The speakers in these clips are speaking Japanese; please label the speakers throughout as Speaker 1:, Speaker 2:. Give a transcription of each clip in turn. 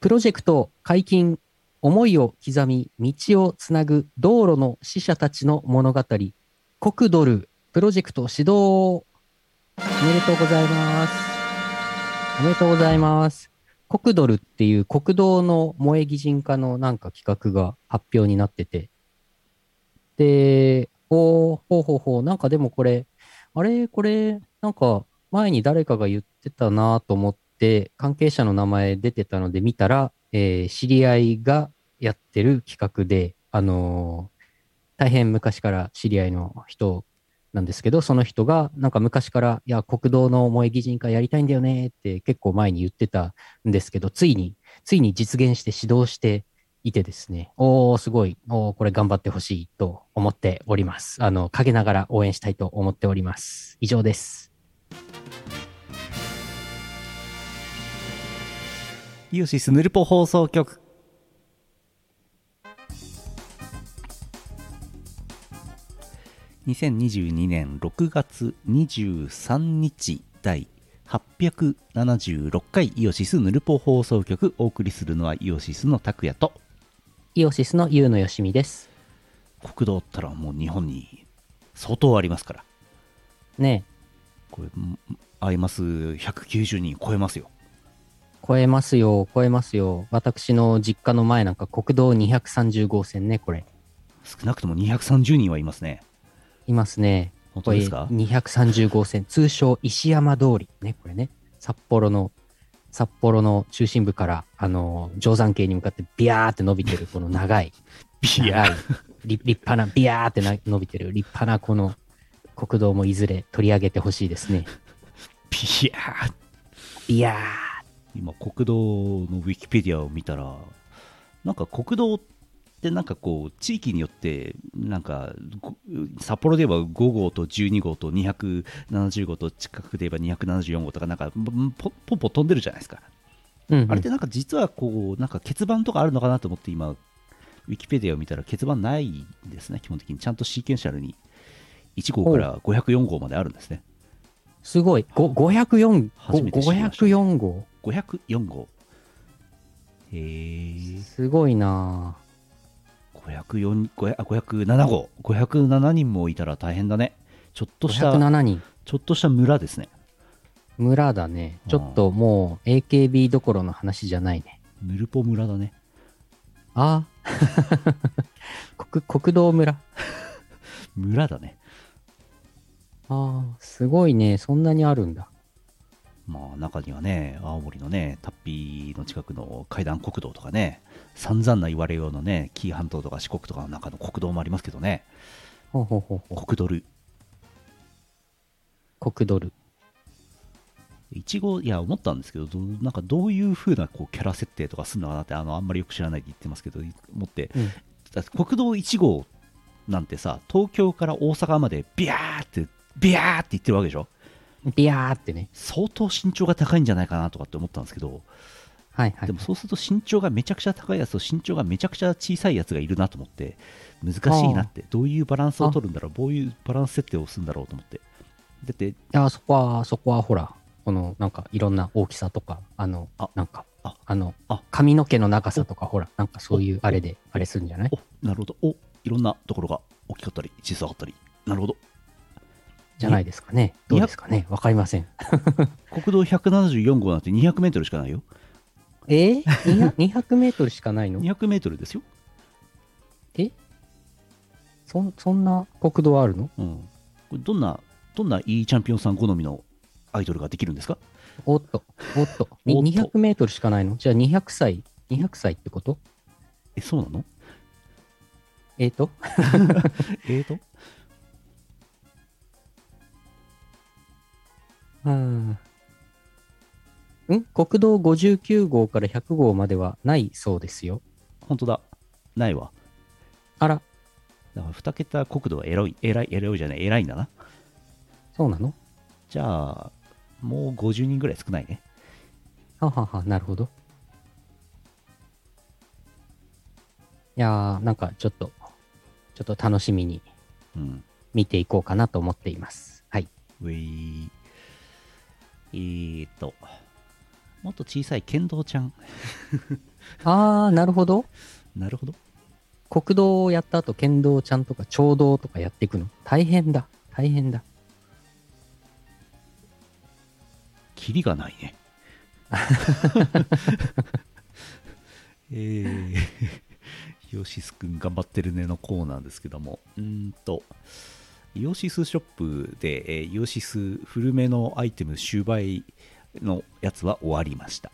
Speaker 1: プロジェクト解禁、思いを刻み、道をつなぐ道路の死者たちの物語、国ドルプロジェクト始動。おめでとうございます。おめでとうございます。国ドルっていう国道の萌え擬人化のなんか企画が発表になってて。で、おー、ほうほうほう、なんかでもこれ、あれ、これ、なんか前に誰かが言ってたなと思って、関係者の名前出てたので見たら、えー知り合いがやってる企画で、あのー大変昔から知り合いの人なんですけど、その人が、なんか昔から、いや、国道の萌え擬人化やりたいんだよねって結構前に言ってたんですけど、ついに、ついに実現して指導していてですね、おー、すごい、おー、これ頑張ってほしいと思っております。あの、陰ながら応援したいと思っております。以上です。
Speaker 2: イオシスヌルポ放送局2022年6月23日第876回イオシスヌルポ放送局お送りするのはイオシスの拓也と
Speaker 1: イオシスのゆうのよしみです。
Speaker 2: 国道ったらもう日本に相当ありますから
Speaker 1: ね
Speaker 2: これんアイマス190人超えますよ
Speaker 1: え、超えますよ、超えますよ。私の実家の前なんか国道230号線ね、これ。
Speaker 2: 少なくとも230人はいますね
Speaker 1: いますね。
Speaker 2: 本当ですか
Speaker 1: これ230号線、通称石山通りね、これね、札幌の、札幌の中心部から、あのー、定山系に向かってビヤーって伸びてる、この長い、
Speaker 2: い
Speaker 1: 長
Speaker 2: や
Speaker 1: い、り立派な、ビヤーってな伸びてる、立派なこの国道もいずれ取り上げてほしいですね。
Speaker 2: ピヤー
Speaker 1: ビヤー
Speaker 2: 今国道のウィキペディアを見たらなんか国道ってなんかこう地域によってなんかご札幌で言えば5号と12号と270号と近くで言えば274号とかなんかポポンポン飛んでるじゃないですか、
Speaker 1: うんうん
Speaker 2: あれってなんか実はこうなんか欠番とかあるのかなと思って今ウィキペディアを見たら欠番ないんですね基本的にちゃんとシーケンシャルに1号から504号まであるんですね
Speaker 1: すごい、ご504、ご
Speaker 2: 初めて知りました
Speaker 1: 504号。
Speaker 2: 504号へえ
Speaker 1: すごいなぁ
Speaker 2: 504 500あ507号507人もいたら大変だねちょっとした
Speaker 1: 507人。
Speaker 2: ちょっとした村ですね
Speaker 1: 村だね。ちょっともう AKB どころの話じゃないね。
Speaker 2: ヌルポ村だね
Speaker 1: ああ。 国、国道村。あ
Speaker 2: 村だね
Speaker 1: あ、すごいね。そんなにあるんだ。
Speaker 2: まあ中にはね青森のねタッピーの近くの階段国道とかね散々な言われようのね紀伊半島とか四国とかの中の国道もありますけどね
Speaker 1: ほうほうほうほ
Speaker 2: 国道ル
Speaker 1: う。国ドル。
Speaker 2: 一号いや思ったんですけどどうなんかどういう風なこうキャラ設定とかするのかなってあのあんまりよく知らないで言ってますけど思って
Speaker 1: うん。
Speaker 2: だって国道1号なんてさ東京から大阪までビャーってビャーって言ってるわけでしょ
Speaker 1: ビヤーってね。
Speaker 2: 相当身長が高いんじゃないかなとかって思ったんですけど
Speaker 1: はいはい。
Speaker 2: でもそうすると身長がめちゃくちゃ高いやつと身長がめちゃくちゃ小さいやつがいるなと思って難しいなってどういうバランスを取るんだろうどういうバランス設定をするんだろうと思ってだって
Speaker 1: ああ、そこは、そこはほら、この、なんか、いろんな大きさとか、あの、
Speaker 2: あ
Speaker 1: なんか、
Speaker 2: あ
Speaker 1: あの
Speaker 2: あ
Speaker 1: 髪の毛の長さとか、ほら、なんかそういうあれで、あれするんじゃない
Speaker 2: おなるほどおいろんなところが大きかったり小さかったりなるほど
Speaker 1: じゃないですかね。どうですかね。わかりません。
Speaker 2: 国道174号なんて2 0 0ルしかないよ
Speaker 1: え ー、200メートルしかないの
Speaker 2: 2 0 0ルですよ、
Speaker 1: えそんそんな国道あるの
Speaker 2: うん、これどんなどんないいチャンピオンさん好みのアイドルができるんですか
Speaker 1: おっと、おっと、に
Speaker 2: おっと
Speaker 1: 200メートルしかないのじゃあ200歳、200歳ってこと
Speaker 2: えそうなの
Speaker 1: えっ、と、
Speaker 2: えーと
Speaker 1: うん。国道59号から100号まではないそうですよ。
Speaker 2: 本当だないわ
Speaker 1: あら、
Speaker 2: だから2桁国土はエロい偉い偉いじゃない偉いんだな
Speaker 1: そうなの
Speaker 2: じゃあもう50人ぐらい少ないね
Speaker 1: ははは、なるほど。いやー、なんかちょっと、ちょっと楽しみに
Speaker 2: うん
Speaker 1: 見ていこうかなと思っています。はい。
Speaker 2: ウェイえーともっと小さい剣道ちゃん。
Speaker 1: あー、なるほど。
Speaker 2: なるほど。
Speaker 1: 国道をやった後、県道ちゃんとか町道とかやっていくの。大変だ。大変だ。
Speaker 2: キリがないね。 えー、ヨシスくん頑張ってるねのコーナーですけども、うーんと、イオシスショップで、えーイオシス古めのアイテム終売のやつは終わりました。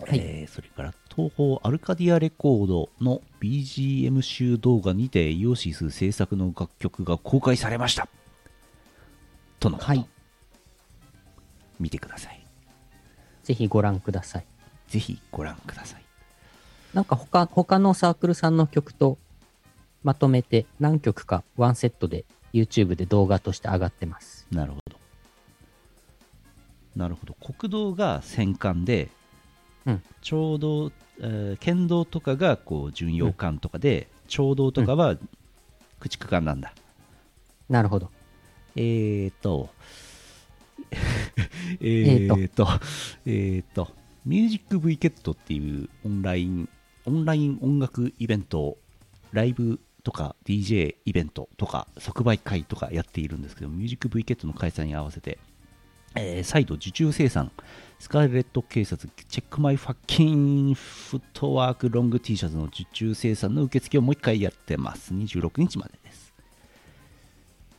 Speaker 1: はい
Speaker 2: えーそれから東宝アルカディアレコードの BGM 集動画にてイオシス制作の楽曲が公開されましたとのこと、
Speaker 1: はい
Speaker 2: 見てください
Speaker 1: ぜひご覧ください。
Speaker 2: ぜひご覧ください
Speaker 1: なんか他、他のサークルさんの曲とまとめて何曲かワンセットで YouTube で動画として上がってます。
Speaker 2: なるほどなるほど国道が戦艦で、
Speaker 1: うん
Speaker 2: ちょうど、えー県道とかがこう巡洋艦とかで、町道とかは駆逐艦なんだ、
Speaker 1: なるほど。
Speaker 2: えーと えーとえーとミュージックブイケットっていうオンラインオンライン音楽イベントライブとか DJ イベントとか即売会とかやっているんですけどミュージックブイケットの開催に合わせて、えー再度受注生産スカーレット警察チェックマイファッキンフットワークロング T シャツの受注生産の受付をもう一回やってます26日までです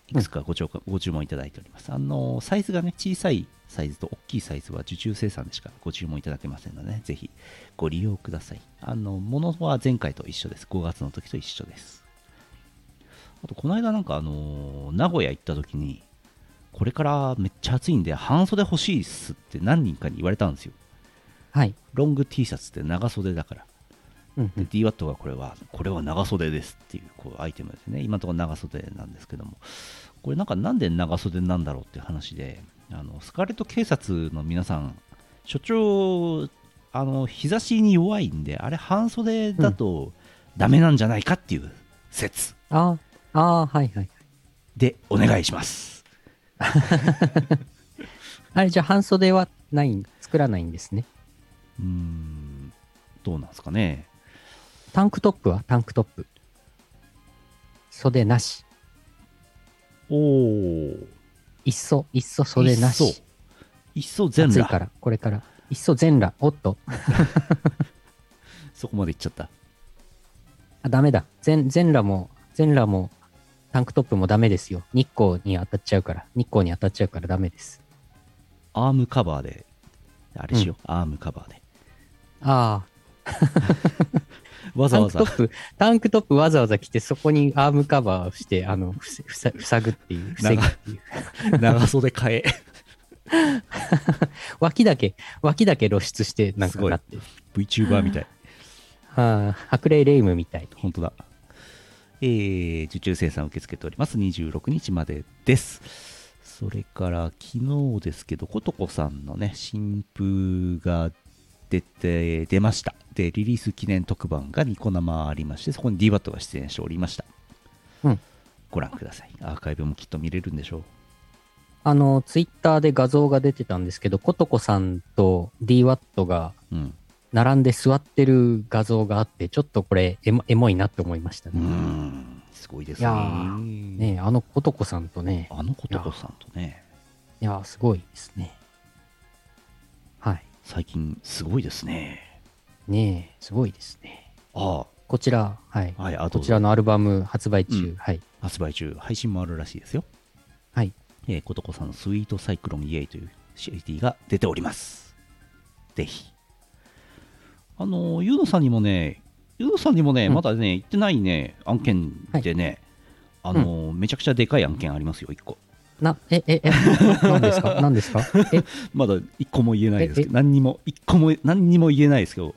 Speaker 2: いくつかご注文ご注文いただいております。あのサイズがね、小さいサイズと大きいサイズは受注生産でしかご注文いただけませんので、ぜひご利用ください。あの、物は前回と一緒です。5月の時と一緒です。あと、この間なんか、あの名古屋行った時に、これからめっちゃ暑いんで、半袖欲しいっすって何人かに言われたんですよ。
Speaker 1: はい。
Speaker 2: ロング T シャツって長袖だから。
Speaker 1: うんう
Speaker 2: で
Speaker 1: ん、
Speaker 2: DWAT がこれは、これは長袖ですっていうこうアイテムですね。今のところ長袖なんですけども、これなんかなんで長袖なんだろうっていう話で、あのスカーレット警察の皆さん、所長、あの日差しに弱いんで、あれ半袖だとダメなんじゃないかっていう説
Speaker 1: ああ、ああ、はいはい。
Speaker 2: でお願いします。
Speaker 1: あれ、じゃあ半袖はないん、作らないんですね。
Speaker 2: うーん、どうなんですかね。
Speaker 1: タンクトップはタンクトップ。袖なし。
Speaker 2: おー、
Speaker 1: いっそ、いっそ袖ない
Speaker 2: っそ
Speaker 1: し。。
Speaker 2: いっそ全
Speaker 1: 暑いか
Speaker 2: 裸。
Speaker 1: ら、これから。いっそ全裸。おっと。
Speaker 2: そこまでいっちゃった。
Speaker 1: あ、ダメだ。全、全裸も、全裸も、タンクトップもダメですよ。日光に当たっちゃうから。日光に当たっちゃうからダメです。
Speaker 2: アームカバーで、あれしよう、アームカバーで。
Speaker 1: あ
Speaker 2: わ
Speaker 1: あ、タ
Speaker 2: ざ
Speaker 1: ン
Speaker 2: わ
Speaker 1: ク
Speaker 2: ざ
Speaker 1: ト、ップ、タンクトップわざわざ着て、そこにアームカバーをして、あの、ふせふさ塞ぐっていう、防ぐっていう。
Speaker 2: 長袖変 え、
Speaker 1: 脇だけ、脇だけ露出して、なん
Speaker 2: す
Speaker 1: か
Speaker 2: ごい
Speaker 1: なってる。
Speaker 2: VTuber みたい。
Speaker 1: はあ、白麗レイムみたい。
Speaker 2: 本当だ。えー受注生産受け付けております。26日までです。それから、昨日ですけど、ことこさんのね、新風が出て、出ました。で、リリース記念特番がニコ生ありまして、そこに DBAT が出演しておりました。
Speaker 1: うん
Speaker 2: ご覧ください。アーカイブもきっと見れるんでしょう。
Speaker 1: あの、ツイッターで画像が出てたんですけど、ことこさんと DWAT が
Speaker 2: うん。
Speaker 1: 並んで座ってる画像があって、ちょっとこれエモ、エモいなって思いました
Speaker 2: う
Speaker 1: ね。
Speaker 2: ん。すごいです
Speaker 1: い
Speaker 2: ね。
Speaker 1: やーねえあのことこさんとね、
Speaker 2: あのことこさんとね、
Speaker 1: いやー、すごいですね。はい。
Speaker 2: 最近すごいですね。
Speaker 1: ねえ、すごいですね。
Speaker 2: あ
Speaker 1: こちら、はい。
Speaker 2: あ、はい、あと
Speaker 1: こちらのアルバム発売中、
Speaker 2: うん
Speaker 1: はい。
Speaker 2: 発売中、配信もあるらしいですよ。
Speaker 1: はい。
Speaker 2: えー、ことこさんのスイートサイクロンイエイという CD が出ております。ぜひ。あのー、ゆうのさんにもね、ゆうのさんにもね、
Speaker 1: うん
Speaker 2: まだね、行ってないね、案件でね、
Speaker 1: い
Speaker 2: あのーめちゃくちゃでかい案件ありますよ、1個。
Speaker 1: な、え、え、え、 何ですか何ですかえ、
Speaker 2: まだ1個も言えないですけ
Speaker 1: え
Speaker 2: ど、何にも、1個も、何にも言えないですけど、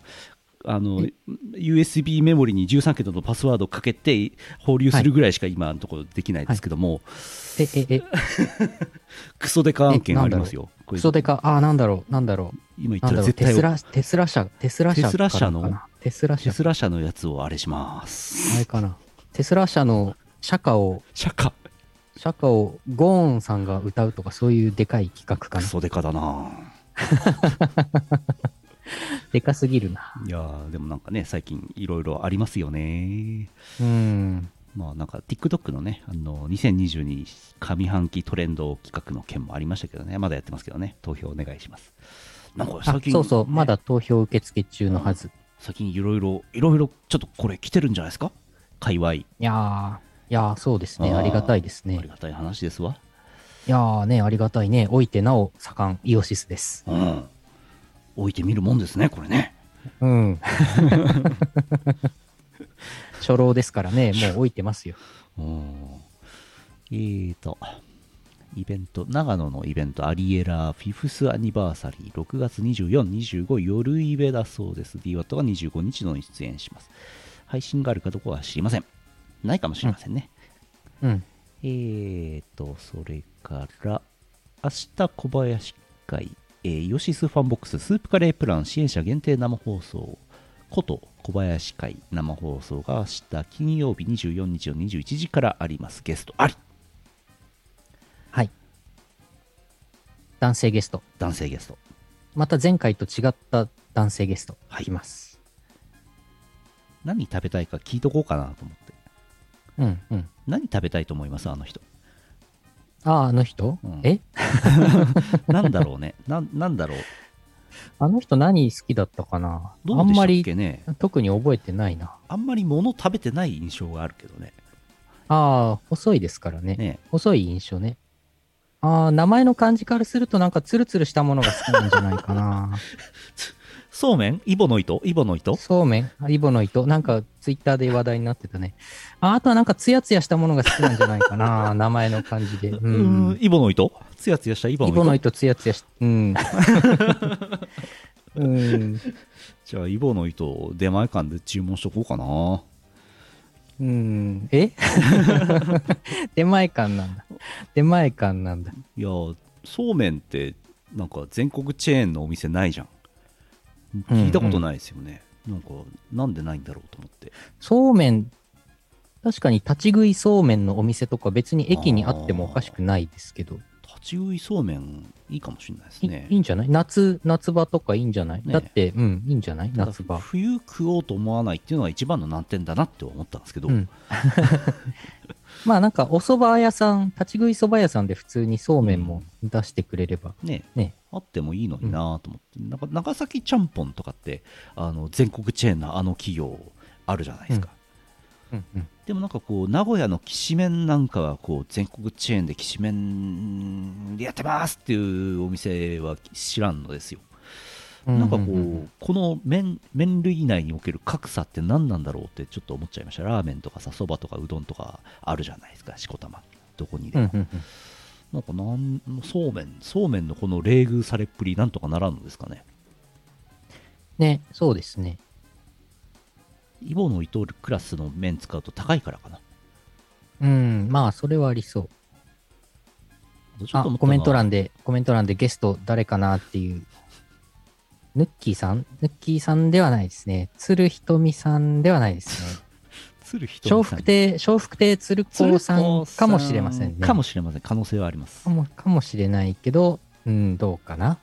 Speaker 2: あの、USB メモリに13桁のパスワードをかけて放流するぐらいしか今のところできないですけども、
Speaker 1: え、え、え、
Speaker 2: クソデカ案件ありますよ。こ
Speaker 1: ク
Speaker 2: れ
Speaker 1: ソデカ、あー、なんだろう、なんだろう。
Speaker 2: 今言った
Speaker 1: なんだろ
Speaker 2: ら
Speaker 1: う
Speaker 2: 絶
Speaker 1: テ
Speaker 2: 対
Speaker 1: スラ、テスラ社、テスラ社
Speaker 2: テスラ社の
Speaker 1: かなテスラ
Speaker 2: テ
Speaker 1: 社、
Speaker 2: スラ社のやつをあれします。
Speaker 1: あれかな。テスラ社の社歌を、
Speaker 2: 社か。
Speaker 1: 社歌をゴーンさんが歌うとか、そういうでかい企画か
Speaker 2: ク
Speaker 1: な。
Speaker 2: ソデカだな
Speaker 1: でかすぎるな。
Speaker 2: いやーでもなんかね最近いろいろありますよね
Speaker 1: うん。
Speaker 2: まあなんか TikTok のねあの2022上半期トレンド企画の件もありましたけどねまだやってますけどね投票お願いしますなんか
Speaker 1: あ
Speaker 2: 最近
Speaker 1: そうそう、
Speaker 2: ね
Speaker 1: まだ投票受付中のはず。い
Speaker 2: 最近いろいろいろいろちょっとこれ来てるんじゃないですか界隈
Speaker 1: やー、いやーそうですね。
Speaker 2: あー
Speaker 1: ありがたいです
Speaker 2: あり
Speaker 1: ね。
Speaker 2: がたい話ですわ
Speaker 1: いやーね、ありがたいね。おいてなお盛ん、イオシスです。
Speaker 2: うん置いてみるもんですねこれね
Speaker 1: うん。初老ですから ね、もう置いてますよ。
Speaker 2: うんえーと、イベント、長野のイベント、アリエラフィフスアニバーサリー、6月24、25、夜イベだそうです。DWAT が25日のに出演します。配信があるかどうかは知りません。ないかもしれませんね。
Speaker 1: うん。
Speaker 2: えーと、それから、明日小林会、えーヨシスファンボックス、スープカレープラン支援者限定生放送、こと小林会生放送が明日金曜日24日の21時からあります。ゲストあり
Speaker 1: はい。男性ゲスト。
Speaker 2: 男性ゲスト。
Speaker 1: また前回と違った男性ゲスト。
Speaker 2: はい
Speaker 1: います。
Speaker 2: 何食べたいか聞いとこうかなと思って。
Speaker 1: うん、うん。
Speaker 2: 何食べたいと思いますあの人。
Speaker 1: ああ、あの人、
Speaker 2: うん
Speaker 1: え
Speaker 2: なんだろうね。ななんだろう。
Speaker 1: あの人何好きだったかな
Speaker 2: ど
Speaker 1: あ
Speaker 2: うんでし
Speaker 1: ま
Speaker 2: たっ
Speaker 1: り
Speaker 2: けね。
Speaker 1: 特に覚えてないな。
Speaker 2: あんまり物食べてない印象があるけどね。
Speaker 1: ああ、細いですからね。
Speaker 2: ね
Speaker 1: 細い印象ね。ああ、名前の感じからするとなんかツルツルしたものが好きなんじゃないかな。
Speaker 2: そうめんイボの糸イボの糸
Speaker 1: そうめんイボの糸なんかツイッターで話題になってたね。ああとはなんかツヤツヤしたものが好きなんじゃないかな。名前の感じで。う
Speaker 2: うんん、イボの糸つやつやしたイボ
Speaker 1: イ
Speaker 2: の
Speaker 1: ボ
Speaker 2: 糸
Speaker 1: の糸ツヤツヤし、うん。うん。
Speaker 2: じゃあイボの糸を出前館で注文しとこうかな
Speaker 1: うん。え 出前感なんだ。出前感なんだ。
Speaker 2: いやそうめんってなんか全国チェーンのお店ないじゃん
Speaker 1: うん
Speaker 2: 聞いたことないですよね、なんかなんでないんだろうと思って
Speaker 1: そうめん、確かに立ち食いそうめんのお店とか別に駅にあってもおかしくないですけど、
Speaker 2: 立ち食いそうめんいいかもしれないです
Speaker 1: い
Speaker 2: ね
Speaker 1: いいんじゃない夏、夏場とかいいんじゃない、
Speaker 2: ね
Speaker 1: だって、うん、いいんじゃない
Speaker 2: ただ
Speaker 1: 夏場。
Speaker 2: 冬食おうと思わないっていうのが一番の難点だなって思ったんですけど、
Speaker 1: うん。 まあなんかお蕎麦屋さん、立ち食い蕎麦屋さんで普通にそうめんも出してくれれば。
Speaker 2: ね
Speaker 1: ね
Speaker 2: あってもいいのになと思って、なんか長崎ちゃんぽんとかってあの全国チェーンのあの企業あるじゃないですか、
Speaker 1: うんうん。
Speaker 2: でもなんかこう名古屋のきしめんなんかはこう全国チェーンできしめんでやってますっていうお店は知らんのですよ、なんかこ
Speaker 1: う
Speaker 2: うこの麺麺類内における格差って何なんだろうってちょっと思っちゃいましたラーメンとかさそばとかうどんとかあるじゃないですかしこたまどこにで
Speaker 1: うんうん
Speaker 2: も、
Speaker 1: うん。
Speaker 2: なんかなんそうめんそうめんのこの冷遇されっぷりなんとかならんのですかね
Speaker 1: ね、そうですね。
Speaker 2: イボの伊藤クラスの麺使うと高いからかな
Speaker 1: うん、まあそれはありそう。
Speaker 2: ちょっと
Speaker 1: あ
Speaker 2: 思ったのは
Speaker 1: コメント欄で、コメント欄でゲスト誰かなっていう。ヌッキーさんヌッキーさんではないですね。鶴ひとみさんではないですね。
Speaker 2: 鶴ひと
Speaker 1: 笑
Speaker 2: みさん
Speaker 1: 福亭、笑福亭鶴子さんかもしれませんね。
Speaker 2: かもしれません。可能性はあります
Speaker 1: か。もかもしれないけど、うん、どうかな。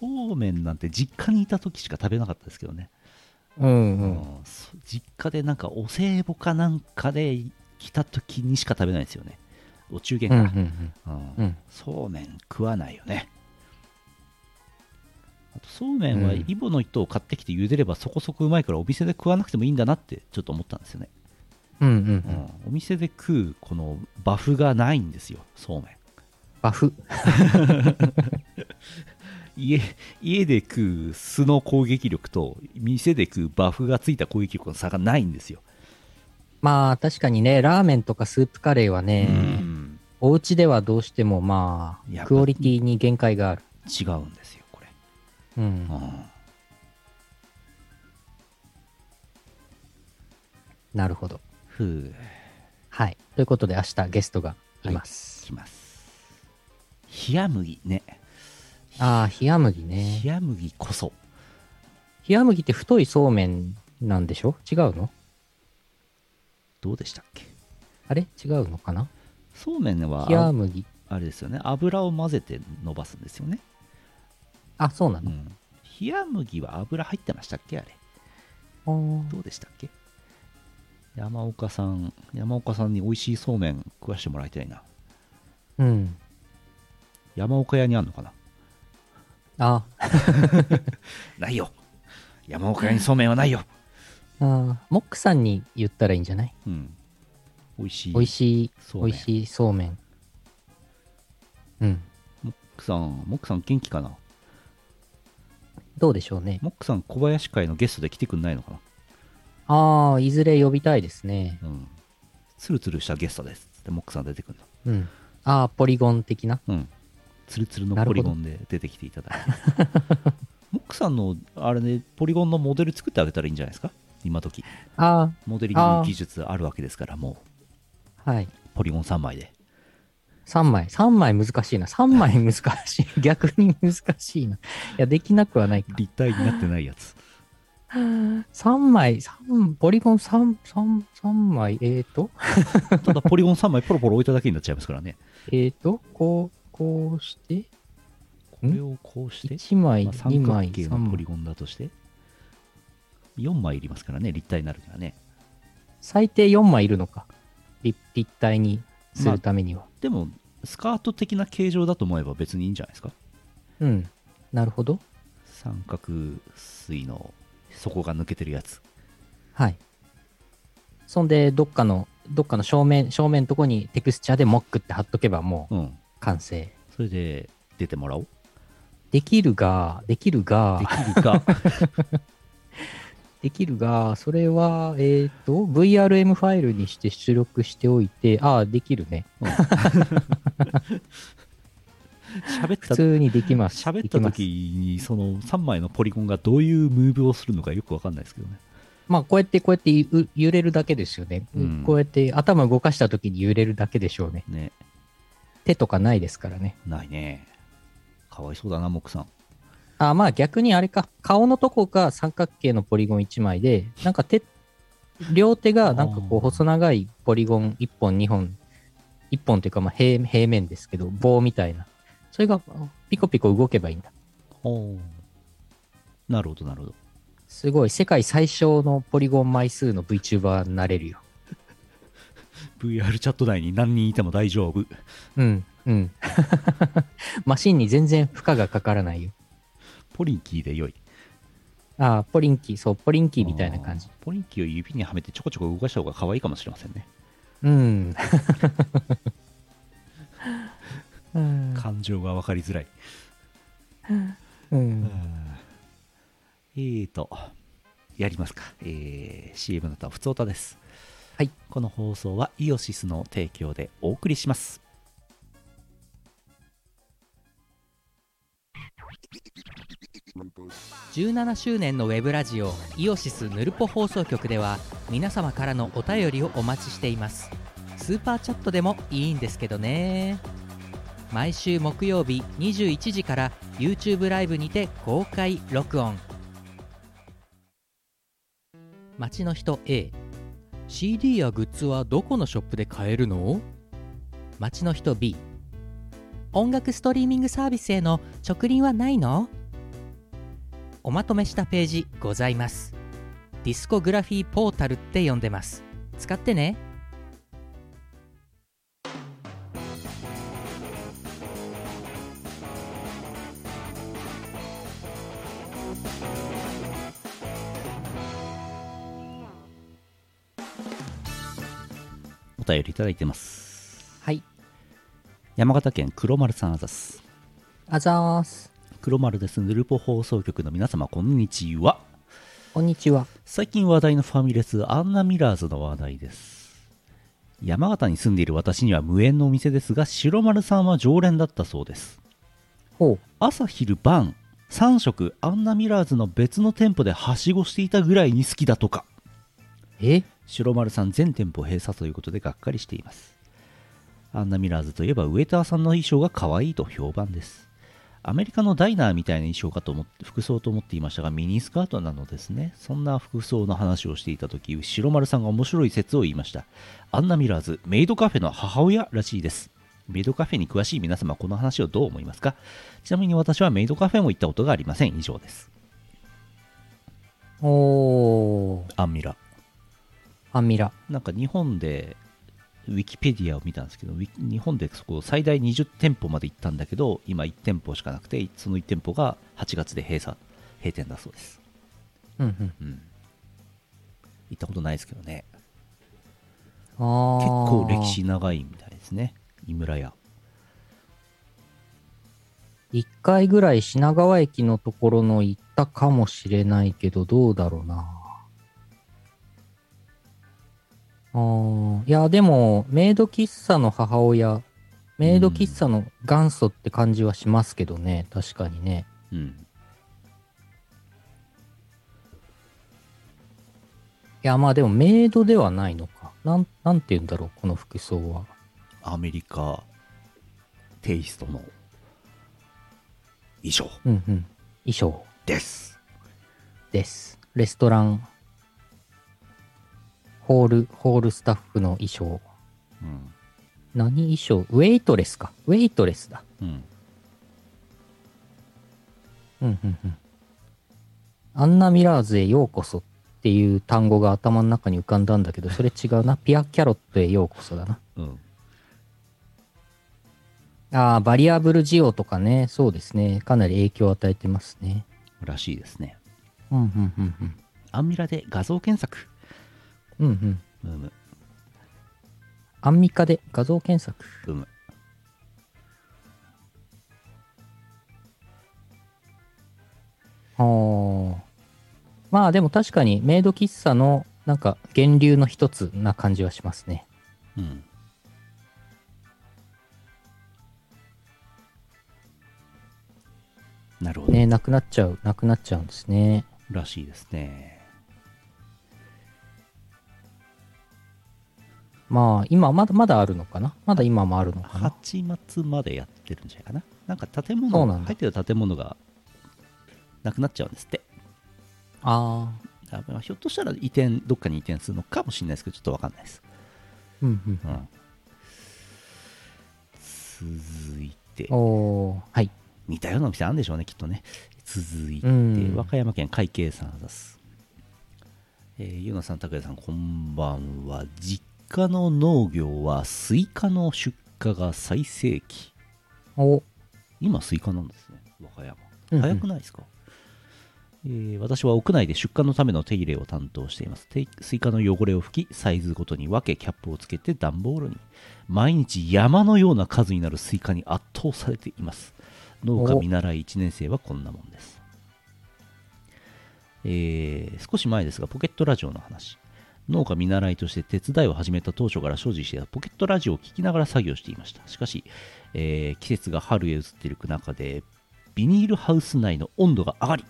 Speaker 2: そうめんなんて実家にいた時しか食べなかったですけどね。
Speaker 1: うん
Speaker 2: う
Speaker 1: うん。
Speaker 2: んそ実家でなんかお歳暮かなんかで来た時にしか食べないですよね。お中元
Speaker 1: うんうんう
Speaker 2: か。
Speaker 1: ん
Speaker 2: うん
Speaker 1: うん
Speaker 2: そうめん食わないよね。あとそうめんは
Speaker 1: うん
Speaker 2: イボの糸を買ってきて茹でればそこそこうまいからお店で食わなくてもいいんだなってちょっと思ったんですよね。
Speaker 1: うんう
Speaker 2: うん
Speaker 1: ん。
Speaker 2: お店で食うこのバフがないんですよ、そうめん。
Speaker 1: バフ。
Speaker 2: 家家で食う素の攻撃力と店で食うバフがついた攻撃力の差がないんですよ、
Speaker 1: まあ確かにね、ラーメンとかスープカレーはね、
Speaker 2: うん
Speaker 1: お家ではどうしてもま
Speaker 2: や
Speaker 1: あ、
Speaker 2: っぱ
Speaker 1: クオリティに限界がある。
Speaker 2: 違うんですよこれ、
Speaker 1: うん
Speaker 2: う。ん
Speaker 1: なるほど。
Speaker 2: ふう
Speaker 1: はい。ということで明日ゲストがいます。
Speaker 2: きます冷麦ね
Speaker 1: ああ、冷麦ね。
Speaker 2: 冷麦こそ
Speaker 1: 冷麦って太いそうめんなんでしょ違うの
Speaker 2: どうでしたっけ
Speaker 1: あれ違うのかな
Speaker 2: そうめんは
Speaker 1: 冷麦。
Speaker 2: あれですよね油を混ぜて伸ばすんですよね
Speaker 1: あ、そうな
Speaker 2: う
Speaker 1: の、
Speaker 2: ん冷麦は油入ってましたっけあれ
Speaker 1: あー
Speaker 2: どうでしたっけ山岡さん山岡さんに美味しいそうめん食わしてもらいたいな
Speaker 1: うん。
Speaker 2: 山岡屋にあんのかな
Speaker 1: あ、
Speaker 2: ないよ山岡屋にそうめんはないよ、
Speaker 1: あーモックさんに言ったらいいんじゃない
Speaker 2: うん、美味しい
Speaker 1: 美味しい、
Speaker 2: そ
Speaker 1: 美
Speaker 2: うめん
Speaker 1: 味しいそうめん。うん。
Speaker 2: モックさんモックさん元気かな
Speaker 1: どうでしょうね。
Speaker 2: モックさん小林会のゲストで来てくんないのかな
Speaker 1: ああ、いずれ呼びたいですね。
Speaker 2: うんツルツルしたゲストですつってモックさん出てくるの
Speaker 1: うん。ああ、ポリゴン的な。
Speaker 2: うん。ツルツルの
Speaker 1: なる
Speaker 2: ポ
Speaker 1: ほど
Speaker 2: リゴンで出てきていただいて。 モックさんの、あれね、ポリゴンのモデル作ってあげたらいいんじゃないですか今時。
Speaker 1: あ
Speaker 2: モデリング技術あるわけですから、も
Speaker 1: あ、はい。
Speaker 2: う、ポリゴン3枚で。
Speaker 1: 3枚。3枚難しいな。3枚 難しい。逆に難しいな。いや、できなくはないか。
Speaker 2: 立体になってないやつ。
Speaker 1: 3枚、三ポリゴン3、三三枚、えーと、
Speaker 2: ただ、ポリゴン3枚ポロポロ置いただけになっちゃいます からね。
Speaker 1: えーと、こう、こうして、
Speaker 2: これをこうして、
Speaker 1: 1枚、
Speaker 2: まあ
Speaker 1: 2
Speaker 2: 三
Speaker 1: 枚、
Speaker 2: 角形
Speaker 1: 3
Speaker 2: のポリ
Speaker 1: 枚。
Speaker 2: ゴンだとして、4枚いりますからね、立体になるにはね。
Speaker 1: 最低4枚いるのか。立立体にす
Speaker 2: ま
Speaker 1: る
Speaker 2: あ
Speaker 1: ためには。
Speaker 2: でも、スカート的な形状だと思えば別にいいんじゃないですか
Speaker 1: うん。なるほど。
Speaker 2: 三角錐の底が抜けてるやつ。
Speaker 1: はい。そんで、どっかの、どっかの正面、正面のとこにテクスチャーでモックって貼っとけばもう
Speaker 2: うん。
Speaker 1: 完成。
Speaker 2: それで出てもらおう。
Speaker 1: できるが、できるが
Speaker 2: で、き るか。
Speaker 1: できるが、それは、えっ、と、VRM ファイルにして出力しておいて、ああ、できるね。
Speaker 2: 喋っ
Speaker 1: 普
Speaker 2: た
Speaker 1: 通にできます。
Speaker 2: 喋
Speaker 1: で
Speaker 2: った
Speaker 1: き
Speaker 2: 時
Speaker 1: ます
Speaker 2: にその3枚のポリゴンがどういうムーブをするのかよくわかんないですけどね。
Speaker 1: まあ、こうやって、こうやってゆ揺れるだけですよね。
Speaker 2: うん
Speaker 1: こうやって頭動かした時に揺れるだけでしょうね。
Speaker 2: ね、
Speaker 1: 手とかないですからね。
Speaker 2: ないね。かわいそうだな、モクさん。
Speaker 1: あまあ、逆にあれか、顔のとこが三角形のポリゴン1枚で、なんか手、両手がなんかこ
Speaker 2: あー
Speaker 1: う、細長いポリゴン1本、2本、1本というか、まあ平、平面ですけど、棒みたいな。それがピコピコ動けばいいんだ。
Speaker 2: なるほど、なるほど。
Speaker 1: すごい、世界最小のポリゴン枚数の VTuber になれるよ。
Speaker 2: VR チャット内に何人いても大丈夫。
Speaker 1: うん、うん。 マシンに全然負荷がかからないよ。
Speaker 2: ポリンキーでよい。
Speaker 1: ああ、ポリンキー、そう、ポリンキーみたいな感じ
Speaker 2: あ。ーポリンキーを指にはめてちょこちょこ動かした方が可愛いかもしれませんね。
Speaker 1: うん。 うん
Speaker 2: 感情がわかりづらい。
Speaker 1: うん
Speaker 2: えーと、やりますか。えー、CM の後はふつおたです。
Speaker 1: はい。
Speaker 2: この放送はイオシスの提供でお送りします。
Speaker 1: 17周年のウェブラジオイオシスヌルポ放送局では皆様からのお便りをお待ちしていますスーパーチャットでもいいんですけどね毎週木曜日21時から YouTube ライブにて公開録音街の人 A CD やグッズはどこのショップで買えるの街の人 B 音楽ストリーミングサービスへの直輪はないのおまとめしたページございますディスコグラフィーポータルって呼んでます使ってね
Speaker 2: お便りいただいてます。
Speaker 1: はい
Speaker 2: 山形県黒丸さんあざす。
Speaker 1: あざーす
Speaker 2: 黒丸です。ヌルポ放送局の皆様、こんにちは。
Speaker 1: こんにちは
Speaker 2: 最近話題のファミレス、アンナミラーズの話題です。山形に住んでいる私には無縁のお店ですが、白丸さんは常連だったそうです。
Speaker 1: ほ
Speaker 2: 朝昼晩3食アンナミラーズの別の店舗ではしごしていたぐらいに好きだとか
Speaker 1: うえ
Speaker 2: 白丸さん全店舗閉鎖ということでがっかりしていますアンナミラーズといえばウェイターさんの衣装が可愛いと評判ですアメリカのダイナーみたいな衣装かと思って服装と思っていましたがミニスカートなのですねそんな服装の話をしていた時白丸さんが面白い説を言いましたアンナミラーズメイドカフェの母親らしいですメイドカフェに詳しい皆様、この話をどう思いますかちなみに私はメイドカフェも行ったことがありません。以上です。
Speaker 1: おー、
Speaker 2: アンミラ。
Speaker 1: アンミラ。
Speaker 2: なんか日本で、ウィキペディアを見たんですけど、ウィキ日本でそこ最大20店舗まで行ったんだけど、今1店舗しかなくて、その1店舗が8月で閉鎖、閉店だそうです。
Speaker 1: うんうん。
Speaker 2: うん。行ったことないですけどね。
Speaker 1: あー
Speaker 2: 結構歴史長いみたいですね。井村屋。
Speaker 1: 一回ぐらい品川駅のところの行ったかもしれないけど、どうだろうな。あーいや、でも、メイド喫茶の母親、メイド喫茶の元祖って感じはしますけどね、確かにね。
Speaker 2: うん。
Speaker 1: いや、まあでもメイドではないのか。なん、なんて言うんだろう、この服装は。
Speaker 2: アメリカテイストの衣装
Speaker 1: うんうん。衣装
Speaker 2: です。
Speaker 1: です。レストラン、ホール、ホールスタッフの衣装。
Speaker 2: うん。
Speaker 1: 何衣装ウェイトレスか。ウェイトレスだ。
Speaker 2: うん。
Speaker 1: うんうんうん。アンナ・ミラーズへようこそっていう単語が頭の中に浮かんだんだけど、それ違うな。ピア・キャロットへようこそだな。
Speaker 2: うん。
Speaker 1: ああ、バリアブル需要とかね。そうですね。かなり影響を与えてますね。
Speaker 2: らしいですね。
Speaker 1: うんうんうんうん。
Speaker 2: アンミラで画像検索。
Speaker 1: うんうん。
Speaker 2: うむ、
Speaker 1: アンミカで画像検索。
Speaker 2: うむ。
Speaker 1: ああ。まあでも確かにメイド喫茶のなんか源流の一つな感じはしますね。
Speaker 2: うん。なるほど。
Speaker 1: ね、なくなっちゃう、なくなっちゃうんですね。
Speaker 2: らしいですね。
Speaker 1: まあ今まだまだあるのかなまだ今もあるのかな
Speaker 2: 8月までやってるんじゃないかな。なんか建
Speaker 1: そう
Speaker 2: 物、
Speaker 1: なんだ
Speaker 2: 入ってる建物がなくなっちゃうんですって。
Speaker 1: ああ。
Speaker 2: あまあひょっとしたら移転、どっかに移転するのかもしれないですけど、ちょっとわかんないです。
Speaker 1: うんうん。
Speaker 2: うん。続いて、
Speaker 1: おー、はい。
Speaker 2: 似たようなお店あるんでしょうね、きっとね。続いて、
Speaker 1: うん
Speaker 2: 和歌山県会計さんあざす。えー、ゆうなさん、たくやさん、こんばんは。実家の農業はスイカの出荷が最盛期。
Speaker 1: お、
Speaker 2: 今、スイカなんですね、和歌山。
Speaker 1: うんうん
Speaker 2: 早くないですか、えー私は屋内で出荷のための手入れを担当しています。てスイカの汚れを拭き、サイズごとに分け、キャップをつけて段ボールに。毎日山のような数になるスイカに圧倒されています。農家
Speaker 1: お
Speaker 2: 見習い1年生はこんなもんです。えー少し前ですが、ポケットラジオの話。農家見習いとして手伝いを始めた当初から所持していたポケットラジオを聞きながら作業していました。しかし、えー季節が春へ移っていく中で、ビニールハウス内の温度が上がり、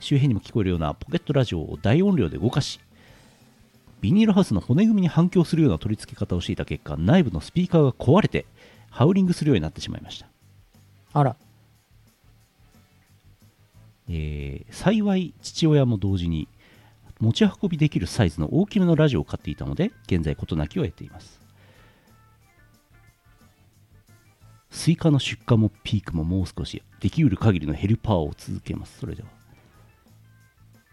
Speaker 2: 周辺にも聞こえるようなポケットラジオを大音量で動かし、ビニールハウスの骨組みに反響するような取り付け方をしていた結果、内部のスピーカーが壊れて、ハウリングするようになってしまいました。
Speaker 1: あら。
Speaker 2: えー幸い父親も同時に持ち運びできるサイズの大きめのラジオを買っていたので現在事なきを得ていますスイカの出荷もピークももう少しできうる限りのヘルパーを続けますそれで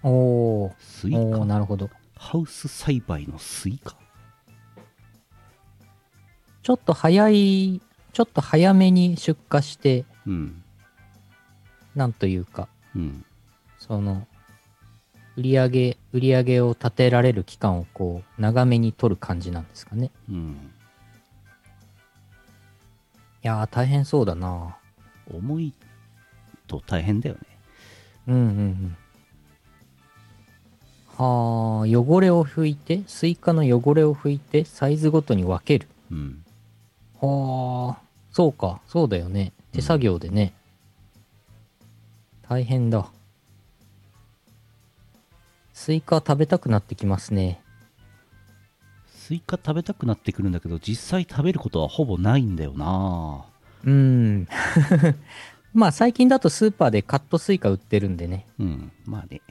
Speaker 2: は
Speaker 1: おー。
Speaker 2: スイカ
Speaker 1: おー、なるほど。
Speaker 2: ハウス栽培のスイカ
Speaker 1: ちょっと早い、ちょっと早めに出荷して、
Speaker 2: うん
Speaker 1: なんというか、
Speaker 2: うん
Speaker 1: その、売り上げ、売り上げを立てられる期間をこう、長めに取る感じなんですかね。
Speaker 2: うん
Speaker 1: いやー、大変そうだな
Speaker 2: 重いと大変だよね
Speaker 1: うんうんうん。はあ、汚れを拭いて、スイカの汚れを拭いて、サイズごとに分ける。
Speaker 2: うん
Speaker 1: はあ、そうか、そうだよね。手作業でね。大変だ。スイカ食べたくなってきますね。
Speaker 2: スイカ食べたくなってくるんだけど実際食べることはほぼないんだよな
Speaker 1: うん。 まあ最近だとスーパーでカットスイカ売ってるんでね。
Speaker 2: うんまあね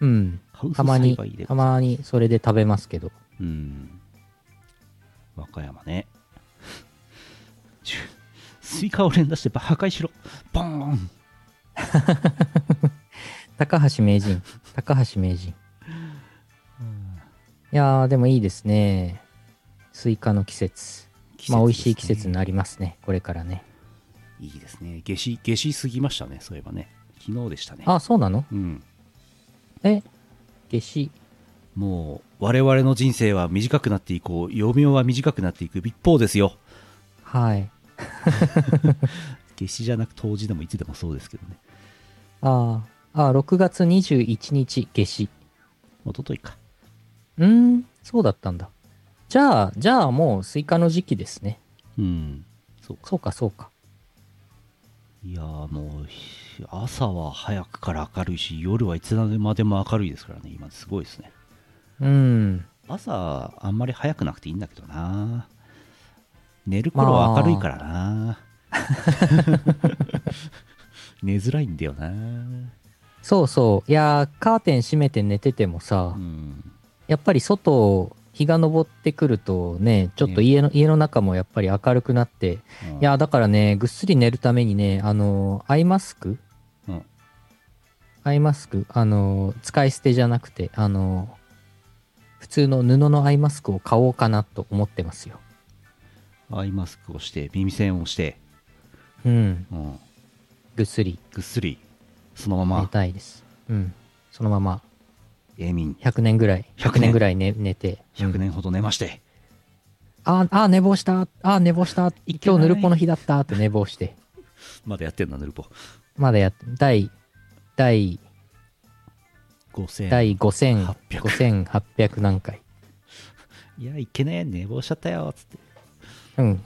Speaker 1: うん。
Speaker 2: ハウス
Speaker 1: たま
Speaker 2: 栽
Speaker 1: に
Speaker 2: 培で、
Speaker 1: たまにそれで食べますけど。
Speaker 2: うん和歌山ね中スイカを連打して破壊しろボーン
Speaker 1: 高橋名人。高橋名人。いやー、でもいいですね。スイカの季節。まあ、美味しい季節になりますね。これからね。
Speaker 2: いいですね夏至夏至過ぎましたねそういえばね昨日でしたね
Speaker 1: あ、そうなの
Speaker 2: うん
Speaker 1: え夏至。
Speaker 2: もう我々の人生は短くなっていこう余命は短くなっていく一方ですよ
Speaker 1: はい。
Speaker 2: 夏至じゃなく冬至でもいつでもそうですけどね
Speaker 1: あーあー、6月21日、夏至。
Speaker 2: 一昨日か
Speaker 1: うーん、そうだったんだ。じゃあ、じゃあもうスイカの時期ですね。
Speaker 2: うんそうか
Speaker 1: そうか、そうか。
Speaker 2: いやーもうひ朝は早くから明るいし夜はいつまでも明るいですからね今すごいですね
Speaker 1: うん。
Speaker 2: 朝あんまり早くなくていいんだけどな寝る頃は明るいからな、 寝づらいんだよな
Speaker 1: そうそう。いやー、カーテン閉めて寝ててもさ、
Speaker 2: うん
Speaker 1: やっぱり外、日が昇ってくるとね、ちょっと家の、家の中もやっぱり明るくなって、いやー、だからね、ぐっすり寝るためにね、あのーアイマスク
Speaker 2: うん
Speaker 1: アイマスクあのー使い捨てじゃなくて、あのー普通の布のアイマスクを買おうかなと思ってますよ。
Speaker 2: アイマスクをして耳栓をして、
Speaker 1: うん。
Speaker 2: うん、
Speaker 1: ぐっすり
Speaker 2: ぐっすりそのま
Speaker 1: 寝
Speaker 2: ま
Speaker 1: たいです。うん。そのまま
Speaker 2: 永眠
Speaker 1: 100年ぐらい、
Speaker 2: 100
Speaker 1: 100年ぐらい寝寝て。
Speaker 2: 100年ほど寝まして、
Speaker 1: あーあー、寝坊した。あー寝坊した。今日ぬるこの日だったって寝坊して。
Speaker 2: まだやってんだヌルポ
Speaker 1: まだやっ、第、第、
Speaker 2: 5000
Speaker 1: 第5000、
Speaker 2: 800
Speaker 1: 5800何回。
Speaker 2: いやいけねえ寝坊しちゃったよつって
Speaker 1: うん。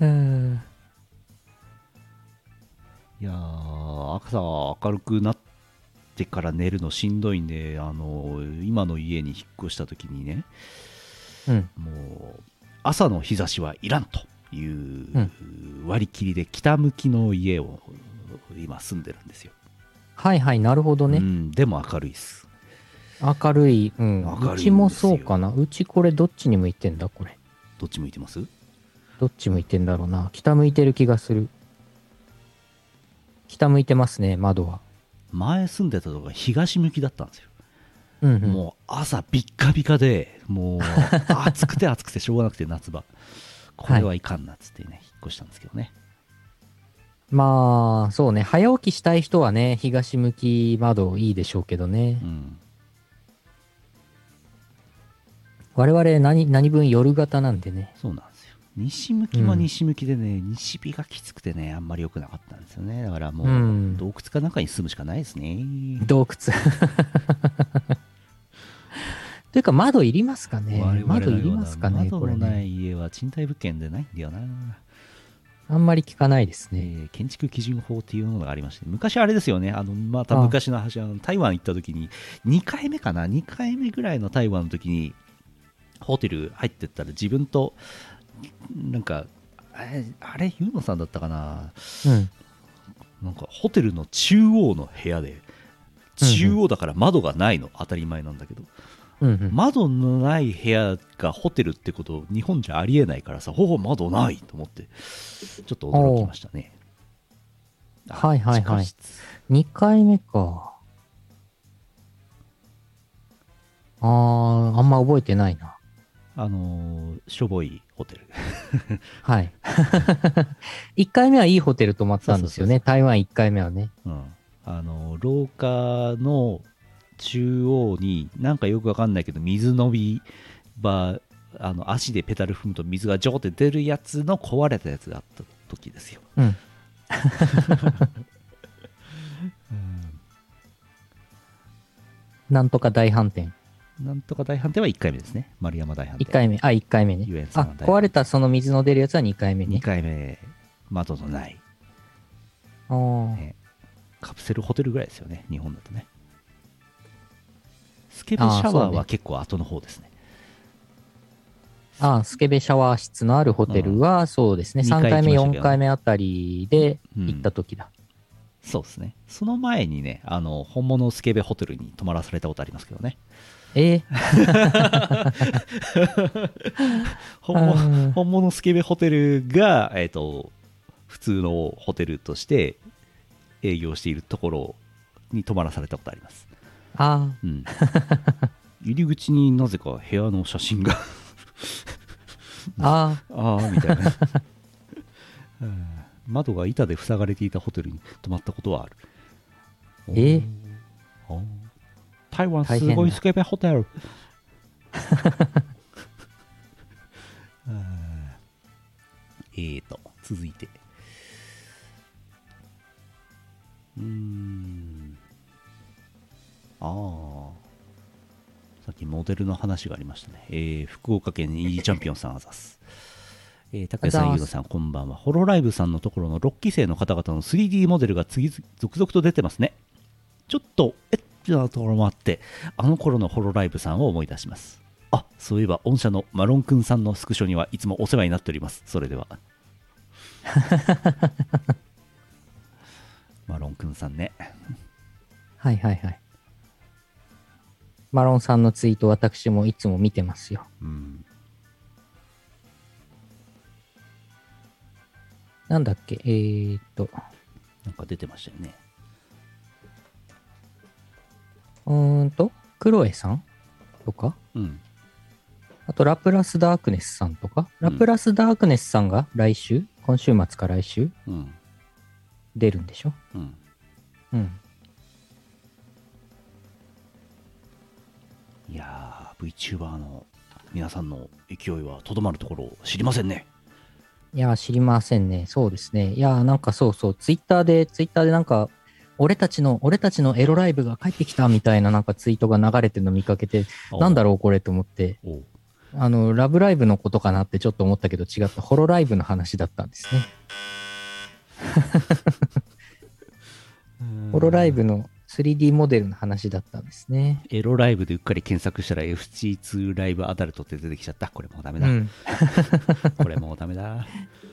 Speaker 1: うん
Speaker 2: いやー朝明るくなってから寝るのしんどいんであの今の家に引っ越した時にね
Speaker 1: うん。
Speaker 2: もう朝の日差しはいらんという
Speaker 1: う
Speaker 2: 割り切りで北向きの家を今住んでるんですよ、
Speaker 1: はいはい、なるほど
Speaker 2: う
Speaker 1: ね。
Speaker 2: ん、でも明るいです
Speaker 1: 明るい。うん。
Speaker 2: 明るいんですよ
Speaker 1: うちもそうかな。うちこれどっちに向いてんだこれ。
Speaker 2: どっち向いてます
Speaker 1: どっち向いてんだろうな。北向いてる気がする。北向いてますね、窓は。
Speaker 2: 前住んでたとこが東向きだったんですよ、
Speaker 1: うん、うん。
Speaker 2: もう朝ビッカビカでもう暑くて暑くてしょうがなくて夏場これはいかんなっつってね、引っ越したんですけどね
Speaker 1: まあ、そうね。早起きしたい人はね、東向き窓いいでしょうけどね。
Speaker 2: うん
Speaker 1: 我々何、何分夜型なんでね。
Speaker 2: そうなんですよ西向きは
Speaker 1: うん
Speaker 2: 西向きでね、西日がきつくてねあんまり良くなかったんですよねだからもう、
Speaker 1: うん
Speaker 2: 洞窟か中に住むしかないですね
Speaker 1: 洞窟。 というか、窓いりますかね
Speaker 2: 我々
Speaker 1: 窓
Speaker 2: の
Speaker 1: いり
Speaker 2: ような
Speaker 1: ますかね
Speaker 2: 窓
Speaker 1: これ
Speaker 2: のな
Speaker 1: ね。
Speaker 2: い家は賃貸物件でないんだよな、
Speaker 1: あんまり聞かないです
Speaker 2: え
Speaker 1: ね。
Speaker 2: ー建築基準法っていうものがありまして昔あれですよねあのまた
Speaker 1: ああ
Speaker 2: 昔の話あの台湾行った時に2回目かな2回目ぐらいの台湾の時にホテル入ってったら自分となんかあれあれユーノさんだったかな
Speaker 1: うん。
Speaker 2: なんかホテルの中央の部屋で中央だから窓がないの当たり前なんだけど、
Speaker 1: うん、うん。
Speaker 2: 窓のない部屋がホテルってこと日本じゃありえないからさほぼ窓ないと思ってちょっと驚きましたね
Speaker 1: おうはいはいはい
Speaker 2: 地下室
Speaker 1: 2回目か。あー、あんま覚えてないな。
Speaker 2: あのーしょぼいホテル
Speaker 1: はい。1回目はいいホテル泊まったんですよね。
Speaker 2: そ
Speaker 1: 台湾1回目はね。
Speaker 2: うんあのー廊下の中央になんかよくわかんないけど水飲み場あの足でペタル踏むと水がジョーって出るやつの壊れたやつがあった時ですよ
Speaker 1: うん。なんとか大反転。
Speaker 2: なんとか大判定は1回目ですね丸山大判定
Speaker 1: 1回目。あ、1回目ね
Speaker 2: 遊園。地の
Speaker 1: あ
Speaker 2: 大、
Speaker 1: 壊れたその水の出るやつは2回目
Speaker 2: 2
Speaker 1: ね。
Speaker 2: 回目窓のない
Speaker 1: あー
Speaker 2: ねカプセルホテルぐらいですよね日本だとねスケベシ
Speaker 1: あー
Speaker 2: ャ
Speaker 1: そ
Speaker 2: ワ
Speaker 1: う
Speaker 2: ー
Speaker 1: ね
Speaker 2: は結構後の方ですね
Speaker 1: あ、スケベシャワー室のあるホテルは、そうですね。
Speaker 2: うん
Speaker 1: 3回目、
Speaker 2: 二回行きましたけどね
Speaker 1: 4回目あたりで行った時だ。
Speaker 2: 3そうですね。その前にね、あの、本物スケベホテルに泊まらされたことありますけどね。
Speaker 1: え
Speaker 2: 本物
Speaker 1: うん
Speaker 2: 本物スケベホテルが、えっ、と、普通のホテルとして営業しているところに泊まらされたことあります。
Speaker 1: あ
Speaker 2: うん 入り口になぜか部屋の写真が
Speaker 1: あ、あ
Speaker 2: ああみたいな、うん窓が板で塞がれていたホテルに泊まったことはある
Speaker 1: ええ
Speaker 2: おー台湾
Speaker 1: 大
Speaker 2: す
Speaker 1: 変だ
Speaker 2: ごいスケベホテル うんえーと続いてうーんああさっきモデルの話がありましたね。えー福岡県イーチャンピオンさんあざっす。えー、拓也さん、
Speaker 1: あざっす
Speaker 2: ゆうのさん、こんばんは。ホロライブさんのところの6期生の方々の 3D モデルが次々続々と出てますね。ちょっと、えっってなところもあって、あの頃のホロライブさんを思い出します。あ、そういえば、御社のマロンくんさんのスクショにはいつもお世話になっております。それでは。マロンくんさんね。
Speaker 1: はいはいはい。マロンさんのツイート、私もいつも見てますよ。
Speaker 2: うん。
Speaker 1: なんだっけ、えー、っと、
Speaker 2: なんか出てましたよね。
Speaker 1: うーんと、クロエさんとか、
Speaker 2: うん。
Speaker 1: あとラプラスダークネスさんとか、ラプラスダークネスさんが来週、今週末か来週
Speaker 2: うん。
Speaker 1: 出るんでしょ
Speaker 2: うん。
Speaker 1: うん。
Speaker 2: いやー、VTuber の皆さんの勢いはとどまるところを知りませんね。
Speaker 1: いやー、知りませんね。そうですね。いやー、なんかそうそう、ツイッターで、ツイッターでなんか、俺たちの、俺たちのエロライブが帰ってきたみたいななんかツイートが流れてるの見かけて、なんだろうこれと思って、
Speaker 2: おう
Speaker 1: あの、ラブライブのことかなってちょっと思ったけど違った、ホロライブの話だったんですね。ホロライブの 3D モデルの話だったんですね。
Speaker 2: エロライブでうっかり検索したら FC2 ライブアダルトって出てきちゃった。これもうダメ
Speaker 1: う
Speaker 2: だ。
Speaker 1: ん。
Speaker 2: これもうダ メだ。
Speaker 1: ああ、あ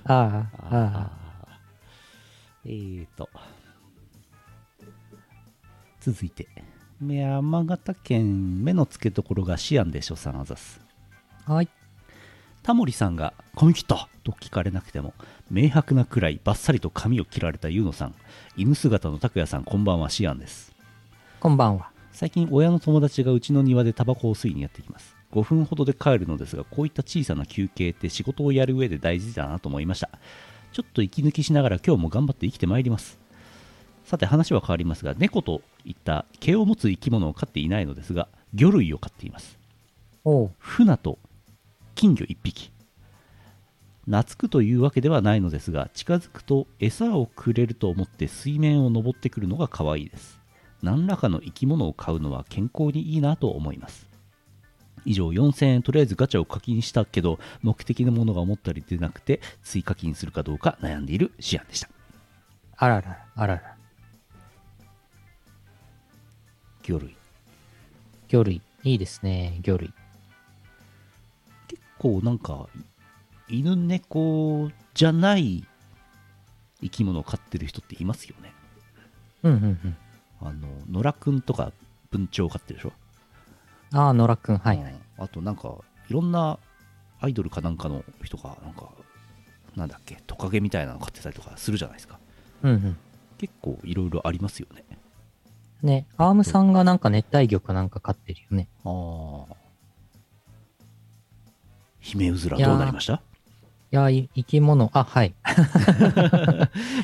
Speaker 1: あ。
Speaker 2: ああ。えーと。続いて。山形県目の付けどころがシアンで所さんあざす。
Speaker 1: はい。
Speaker 2: タモリさんが「髪切った!」と聞かれなくても明白なくらいバッサリと髪を切られたユうノさん犬姿の拓也さんこんばんはシアンです
Speaker 1: こんばんは。
Speaker 2: 最近親の友達がうちの庭でタバコを吸いにやってきます5分ほどで帰るのですがこういった小さな休憩って仕事をやる上で大事だなと思いましたちょっと息抜きしながら今日も頑張って生きてまいりますさて話は変わりますが猫といった毛を持つ生き物を飼っていないのですが魚類を飼っています
Speaker 1: おう。
Speaker 2: 船と金魚1匹懐くというわけではないのですが近づくと餌をくれると思って水面を登ってくるのが可愛いです何らかの生き物を飼うのは健康にいいなと思います以上4000円とりあえずガチャを課金したけど目的のものが思ったより出なくて追課金するかどうか悩んでいるシアンでした
Speaker 1: あらら、あらら。
Speaker 2: 魚類
Speaker 1: 魚類。いいですね、魚類。
Speaker 2: 結構なんか犬猫じゃない生き物を飼ってる人っていますよね
Speaker 1: うんうんうん。
Speaker 2: あの野良くんとか文鳥飼ってるでしょ
Speaker 1: ああ、野良くん、はい。
Speaker 2: うんあとなんかいろんなアイドルかなんかの人がなんかなんだっけトカゲみたいなの飼ってたりとかするじゃないですか
Speaker 1: うんうん。
Speaker 2: 結構いろいろありますよね
Speaker 1: ね、アームさんがなんか熱帯魚かなんか飼ってるよね。
Speaker 2: ああヒメウズラどうなりました
Speaker 1: いやー、い生き物、あ、はい。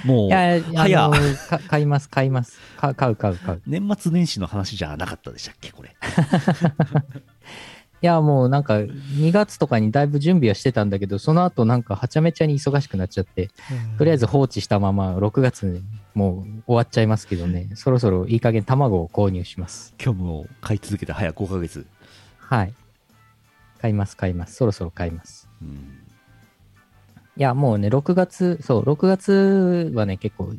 Speaker 2: も
Speaker 1: いうやー、あ
Speaker 2: 早
Speaker 1: のーか買います、買います。か買う、買う、買う。
Speaker 2: 年末年始の話じゃなかったでしたっけこれ
Speaker 1: いや、もうなんか2月とかにだいぶ準備はしてたんだけど、その後なんかはちゃめちゃに忙しくなっちゃって、とりあえず放置したまま6月にもう終わっちゃいますけどね、そろそろいい加減卵を購入します。
Speaker 2: 虚無を飼い続けて早5ヶ月
Speaker 1: はい。買います、買います。そろそろ買います。
Speaker 2: うん
Speaker 1: いや、もうね、6月、そう、6月はね、結構、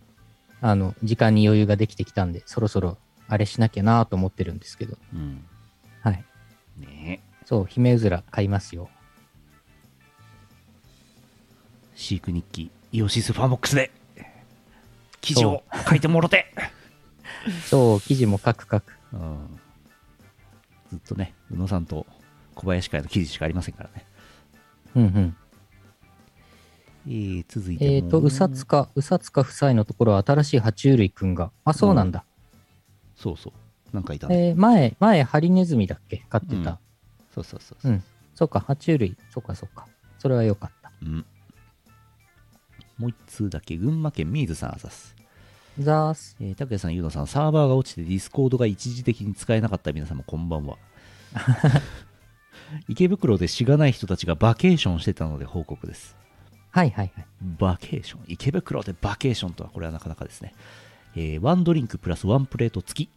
Speaker 1: あの、時間に余裕ができてきたんで、そろそろあれしなきゃなと思ってるんですけど、
Speaker 2: うん
Speaker 1: はい。
Speaker 2: ねえ
Speaker 1: そう、ヒメウズラ買いますよ。
Speaker 2: 飼育日記イオシスファンボックスで記事を書いてもろて、
Speaker 1: そう、記事もカクカク。
Speaker 2: うん、ずっとね宇野さんと小林会の記事しかありませんからね、
Speaker 1: うんうん。
Speaker 2: えー続いても
Speaker 1: えっ、と、うさつか、うさつか夫妻のところは新しい爬虫類くんが。あ、そうなんだ。
Speaker 2: そうそうなんかいたね、
Speaker 1: えー前、前、ハリネズミだっけ飼ってた。
Speaker 2: うんそうそうそうそう、
Speaker 1: うんそっか、爬虫類。そっかそっか。それはよかった。
Speaker 2: うんもう一通だけ群馬県ミーズさんあざす
Speaker 1: ザース。
Speaker 2: えー、拓也さん、ゆうのさん、サーバーが落ちてディスコードが一時的に使えなかった皆様、こんば んは。池袋でしがない人たちがバケーションしてたので報告です。
Speaker 1: はいはいはい。
Speaker 2: バケーション、池袋でバケーションとはこれはなかなかですね。えーワンドリンクプラスワンプレート付き。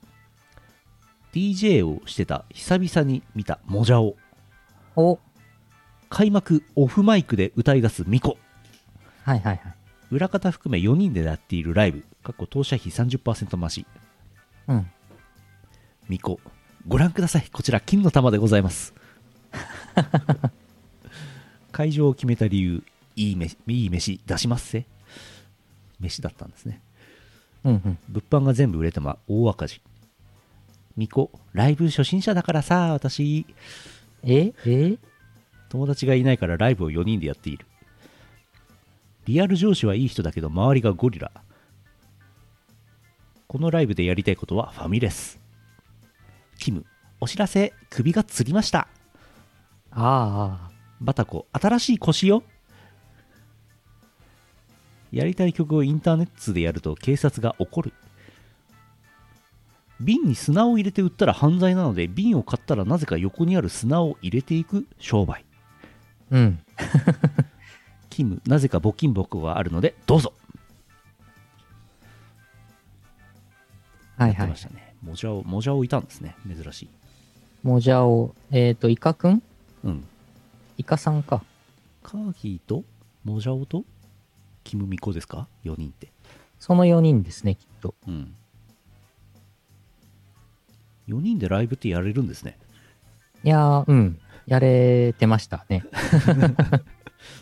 Speaker 2: DJ をしてた久々に見たモジャオ。
Speaker 1: お、
Speaker 2: 開幕オフマイクで歌い出すミコ。
Speaker 1: はいはいはい。
Speaker 2: 裏方含め4人でやっているライブ。かっこ当社費30%増し。
Speaker 1: うん。
Speaker 2: 巫女ご覧くださいこちら金の玉でございます 会場を決めた理由いい飯いい飯出しますせ飯だったんですね
Speaker 1: うんうん。
Speaker 2: 物販が全部売れてま大赤字巫女ライブ初心者だからさ私
Speaker 1: ええ
Speaker 2: 友達がいないからライブを4人でやっているリアル上司はいい人だけど周りがゴリラこのライブでやりたいことはファミレスキムお知らせ首がつりました
Speaker 1: ああ。
Speaker 2: バタコ新しい腰よやりたい曲をインターネットでやると警察が怒る瓶に砂を入れて売ったら犯罪なので瓶を買ったらなぜか横にある砂を入れていく商売
Speaker 1: うん。
Speaker 2: キムなぜか募金箱があるのでどうぞ
Speaker 1: はいは
Speaker 2: やってま
Speaker 1: い
Speaker 2: し。たね、もじゃおもじゃおいたんですね珍しい
Speaker 1: もじゃお、えっ、と、イカくん
Speaker 2: うん
Speaker 1: イカさんか。
Speaker 2: カーギーともじゃおとキムミコですか4人って
Speaker 1: その4人ですね、きっと。
Speaker 2: うん4人でライブってやれるんですね
Speaker 1: いやー、うん。やれてましたね。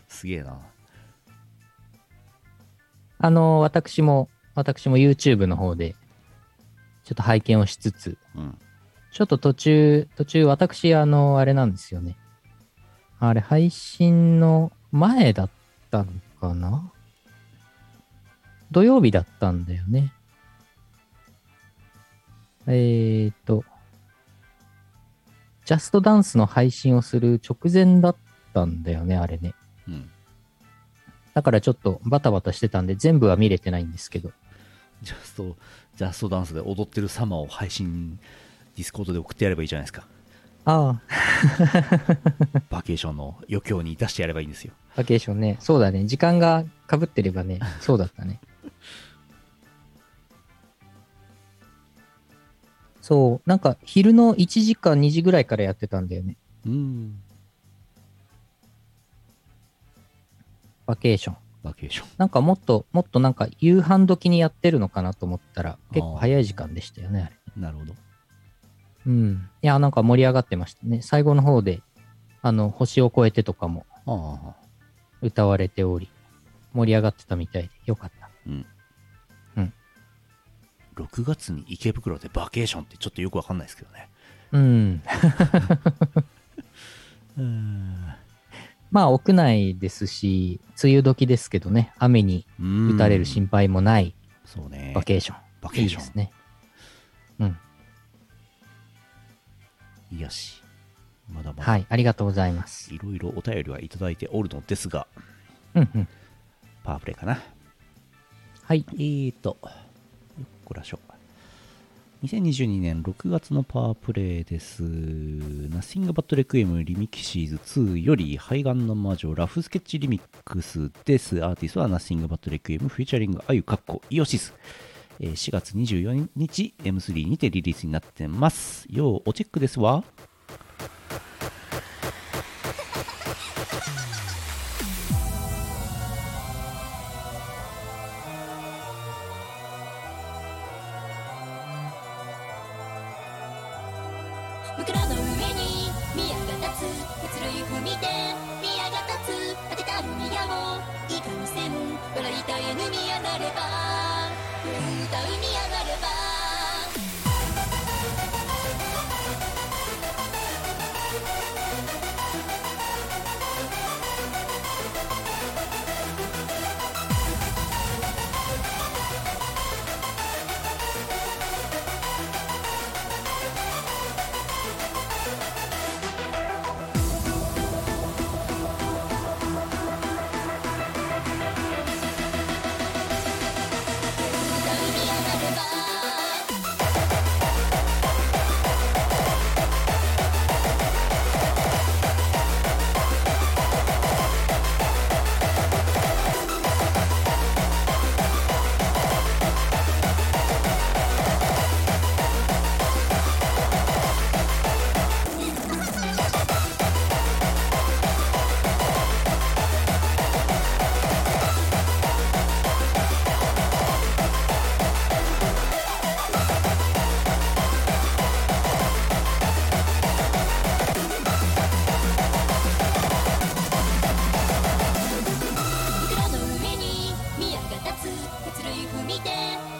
Speaker 2: すげえな
Speaker 1: あのー、私も、私も YouTube の方で、ちょっと拝見をしつつ、
Speaker 2: うん
Speaker 1: ちょっと途中、途中、私、あのー、あれなんですよね。あれ、配信の前だったのかな土曜日だったんだよね。えーっと、ジャストダンスの配信をする直前だったんだよね、あれね。
Speaker 2: うん
Speaker 1: だからちょっとバタバタしてたんで、全部は見れてないんですけど。
Speaker 2: ジャストジャストダンスで踊ってる様を配信ディスコードで送ってやればいいじゃないですか
Speaker 1: ああ。
Speaker 2: バケーションの余興に出してやればいいんですよ
Speaker 1: バケーションね。そうだね。時間が被ってればね、そうだったね。そう。なんか、昼の1時か2時ぐらいからやってたんだよね。
Speaker 2: うん
Speaker 1: バケーション。
Speaker 2: バケーション
Speaker 1: なんかもっと、もっとなんか夕飯時にやってるのかなと思ったら、結構
Speaker 2: ああ
Speaker 1: 早い時間でしたよね、あれ。
Speaker 2: なるほど
Speaker 1: うん。いや、なんか盛り上がってましたね。最後の方で、あの、星を越えてとかも
Speaker 2: ああ
Speaker 1: 歌われており、盛り上がってたみたいで、よかった。
Speaker 2: うん。
Speaker 1: うん。
Speaker 2: 6月に池袋でバケーションってちょっとよくわかんないですけどね。
Speaker 1: うん。
Speaker 2: うん。
Speaker 1: まあ、屋内ですし、梅雨時ですけどね、雨に打たれる心配もない
Speaker 2: そうね。
Speaker 1: バケーション。
Speaker 2: バケーシ
Speaker 1: いいで
Speaker 2: ョ
Speaker 1: す
Speaker 2: ン。
Speaker 1: ね。
Speaker 2: よし。まだまだ、、
Speaker 1: はいい、ありがとうございます。
Speaker 2: ろいろお便りはいただいておるのですが、
Speaker 1: うんうん。
Speaker 2: パワープレイかな。
Speaker 1: はい。
Speaker 2: えーと、よっこらしょ。2022年6月のパワープレイです。Nothing But Requiem リミキシーズ2より肺がんの魔女ラフスケッチリミックスです。アーティストは Nothing But Requiem フューチャリングあゆかっこイオシス。えー4月24日 M3 にてリリースになってます。要おチェックですわ。
Speaker 3: 袋の上に宮が立つ移ろい踏みで宮が立つ当てたる宮をいかにせん笑いたえぬ宮なれば歌うに上がれば歌うに上がればいくらの上に宮が立つ鉄類踏みで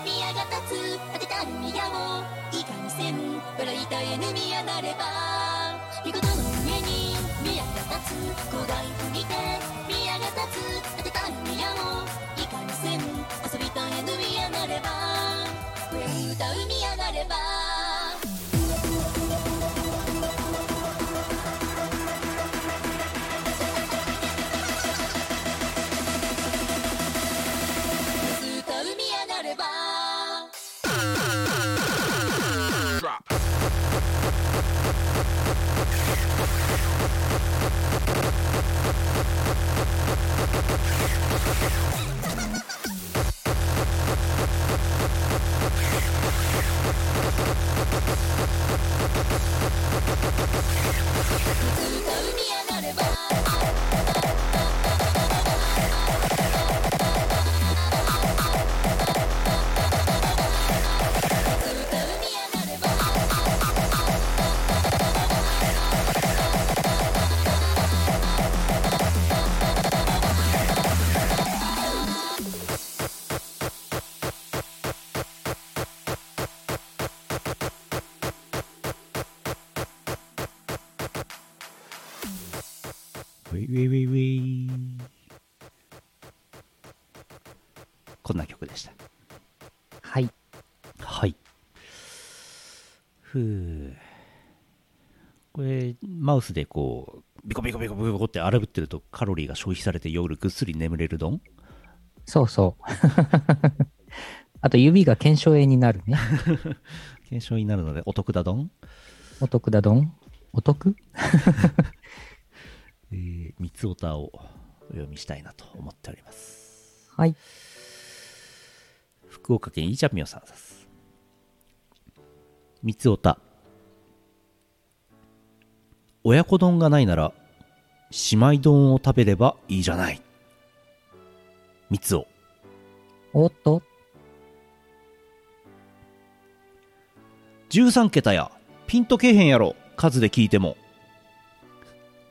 Speaker 3: 宮が立つ当てたる宮をいかにせん笑い絶えぬ宮なれば見事の上に宮が立つ古代踏みで宮が立つ当てたる宮をいかにせん遊び絶えぬ宮なれば歌う宮なれば歌う宮なれば歌う宮なれば歌う宮なれば
Speaker 2: ウェイウェイウェイウェイこんな曲でした
Speaker 1: はい。
Speaker 2: はいふうこれマウスでこうビコビコビコビコビコって荒ぶってるとカロリーが消費されて夜ぐっすり眠れる丼
Speaker 1: そうそう。 あと指が検証炎になる ね。
Speaker 2: 検証になるのでお得だ丼、
Speaker 1: お得だどんお得
Speaker 2: えー、三つおたをお読みしたいなと思っております
Speaker 1: はい。
Speaker 2: 福岡県イーチャピオさんです。三つおた。親子丼がないなら、姉妹丼を食べればいいじゃない。三つお。
Speaker 1: おっと、
Speaker 2: 13桁や、ピンとけえへんやろ。数で聞いても。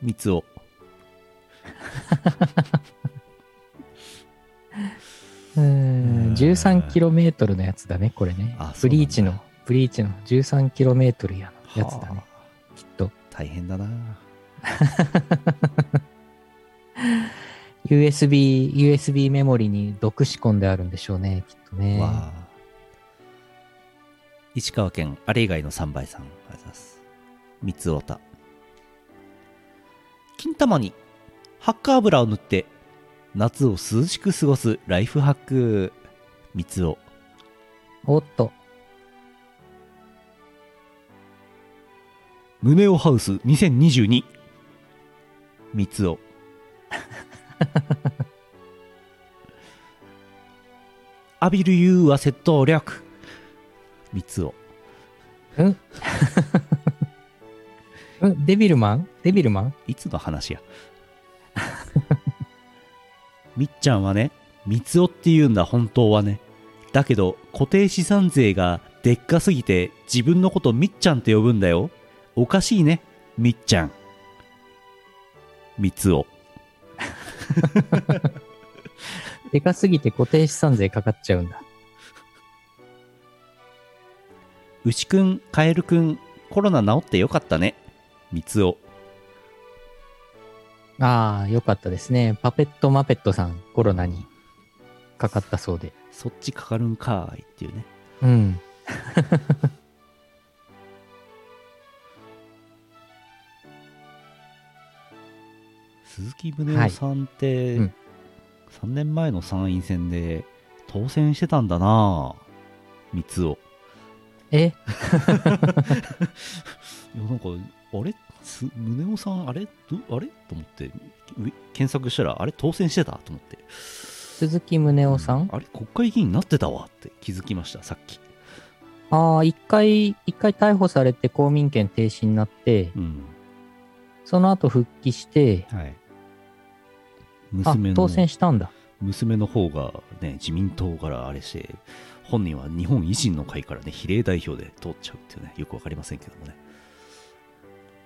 Speaker 2: 三つお。
Speaker 1: うーん、13km のやつだね、これね
Speaker 2: あ。そ
Speaker 1: ブ
Speaker 2: うなんだ
Speaker 1: リーチの、ブリーチの 13km やのやつだね
Speaker 2: は、あ
Speaker 1: きっと。
Speaker 2: 大変だな。
Speaker 1: USB、USB メモリに毒仕込んであるんでしょうね、きっとね。
Speaker 2: わあ石川県あれ以外の3倍さんありがとうございます三つおた金玉にハッカー油を塗って夏を涼しく過ごすライフハック三つお
Speaker 1: おっと、
Speaker 2: 胸をハウス2022三つお 浴びる湯は説得力三つお
Speaker 1: うん、 うん、デビルマンデビルマン
Speaker 2: いつの話や。 みっちゃんはね、みつおって言うんだ、本当はね。だけど、固定資産税がでっかすぎて、自分のことみっちゃんって呼ぶんだよ。おかしいね、みっちゃん。みつお。
Speaker 1: でかすぎて固定資産税かかっちゃうんだ。
Speaker 2: 牛くん、カエルくん、コロナ治ってよかったね。三つお。
Speaker 1: ああ、よかったですね。パペットマペットさん、コロナにかかったそうで。
Speaker 2: そっちかかるんかーいっていうね。
Speaker 1: うん。
Speaker 2: 鈴木宗男さんって、
Speaker 1: いうん
Speaker 2: 3年前の参院選で当選してたんだなぁ。三つお。
Speaker 1: え
Speaker 2: いやなんかあれす宗男さんあれどあれと思ってう検索したらあれ当選してたと思って
Speaker 1: 鈴木宗男さん、
Speaker 2: あれ国会議員になってたわって気づきましたさっき
Speaker 1: ああ、一回、一回逮捕されて公民権停止になって、
Speaker 2: うん
Speaker 1: その後復帰して、
Speaker 2: はい
Speaker 1: あ
Speaker 2: 娘、の
Speaker 1: 当選したんだ。
Speaker 2: 娘の方がね自民党からあれして本人は日本維新の会からね比例代表で通っちゃうっていうねよくわかりませんけどもね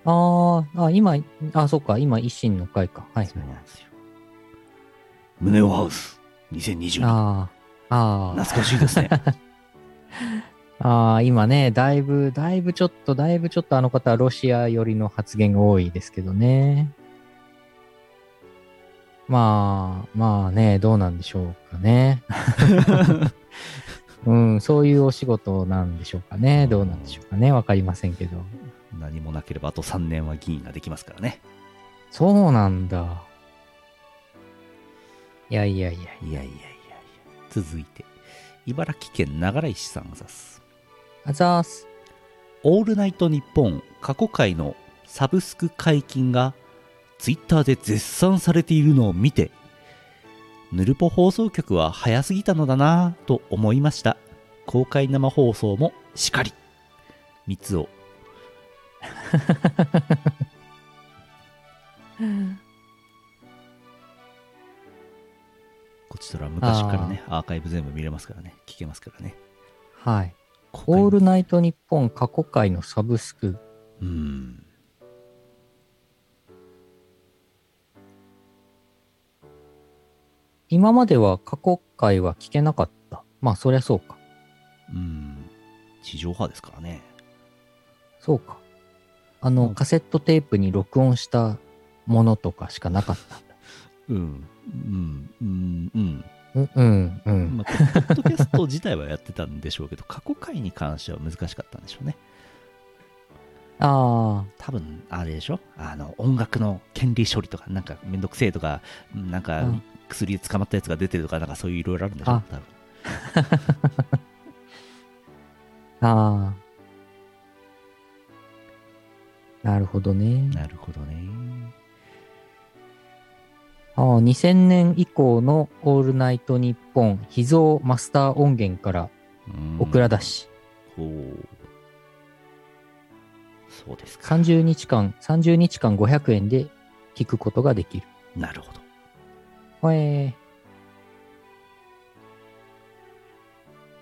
Speaker 1: あーあ、今、あ、そっか、今、維新の会か。はい。
Speaker 2: そうなんですよ宗男ハウス2020
Speaker 1: ああ、ああ
Speaker 2: 懐かしいですね
Speaker 1: ああ、今ね、だいぶ、だいぶちょっと、だいぶちょっとあの方はロシア寄りの発言が多いですけどね。まあ、まあね、どうなんでしょうかね。うん、そういうお仕事なんでしょうかね。どうなんでしょうかね。わかりませんけど。
Speaker 2: 何もなければあと3年は議員ができますからね
Speaker 1: そうなんだ。いやいやいや。
Speaker 2: いやいやいやいや続いて茨城県長井市さんざす
Speaker 1: あざーす。
Speaker 2: 「オールナイトニッポン」過去回のサブスク解禁がツイッターで絶賛されているのを見てヌルポ放送局は早すぎたのだなぁと思いました公開生放送もしかり三つお こちとら昔からねアーカイブ全部見れますからね聞けますからね
Speaker 1: はい。
Speaker 2: 公開
Speaker 1: オールナイトニッポン過去回のサブスク。
Speaker 2: うん
Speaker 1: 今までは過去回は聞けなかった。まあ、そりゃそうか。
Speaker 2: うん地上波ですからね
Speaker 1: そうか。あ
Speaker 2: う
Speaker 1: の、
Speaker 2: ん
Speaker 1: カセットテープに録音したものとかしかなかったんだ。
Speaker 2: うんうんうんうん
Speaker 1: うん、うん、うん。
Speaker 2: まあ、ポッポッドキャスト自体はやってたんでしょうけど過去回に関しては難しかったんでしょうね
Speaker 1: あ
Speaker 2: 多分あれでしょあの音楽の権利処理とかなんかめんどくせえとかなんか
Speaker 1: うん
Speaker 2: 薬で捕まったやつが出てるとかなんかそういういろいろあるんでしょ
Speaker 1: あ
Speaker 2: 多分
Speaker 1: あ、ああ。なるほどね。
Speaker 2: なるほどね
Speaker 1: ああ、2000年以降のオールナイトニッポン秘蔵マスター音源から
Speaker 2: うん
Speaker 1: オクラ出し。
Speaker 2: おーそうですか
Speaker 1: 30日間、30日間500円で聞くことができる。
Speaker 2: なるほど
Speaker 1: ほえー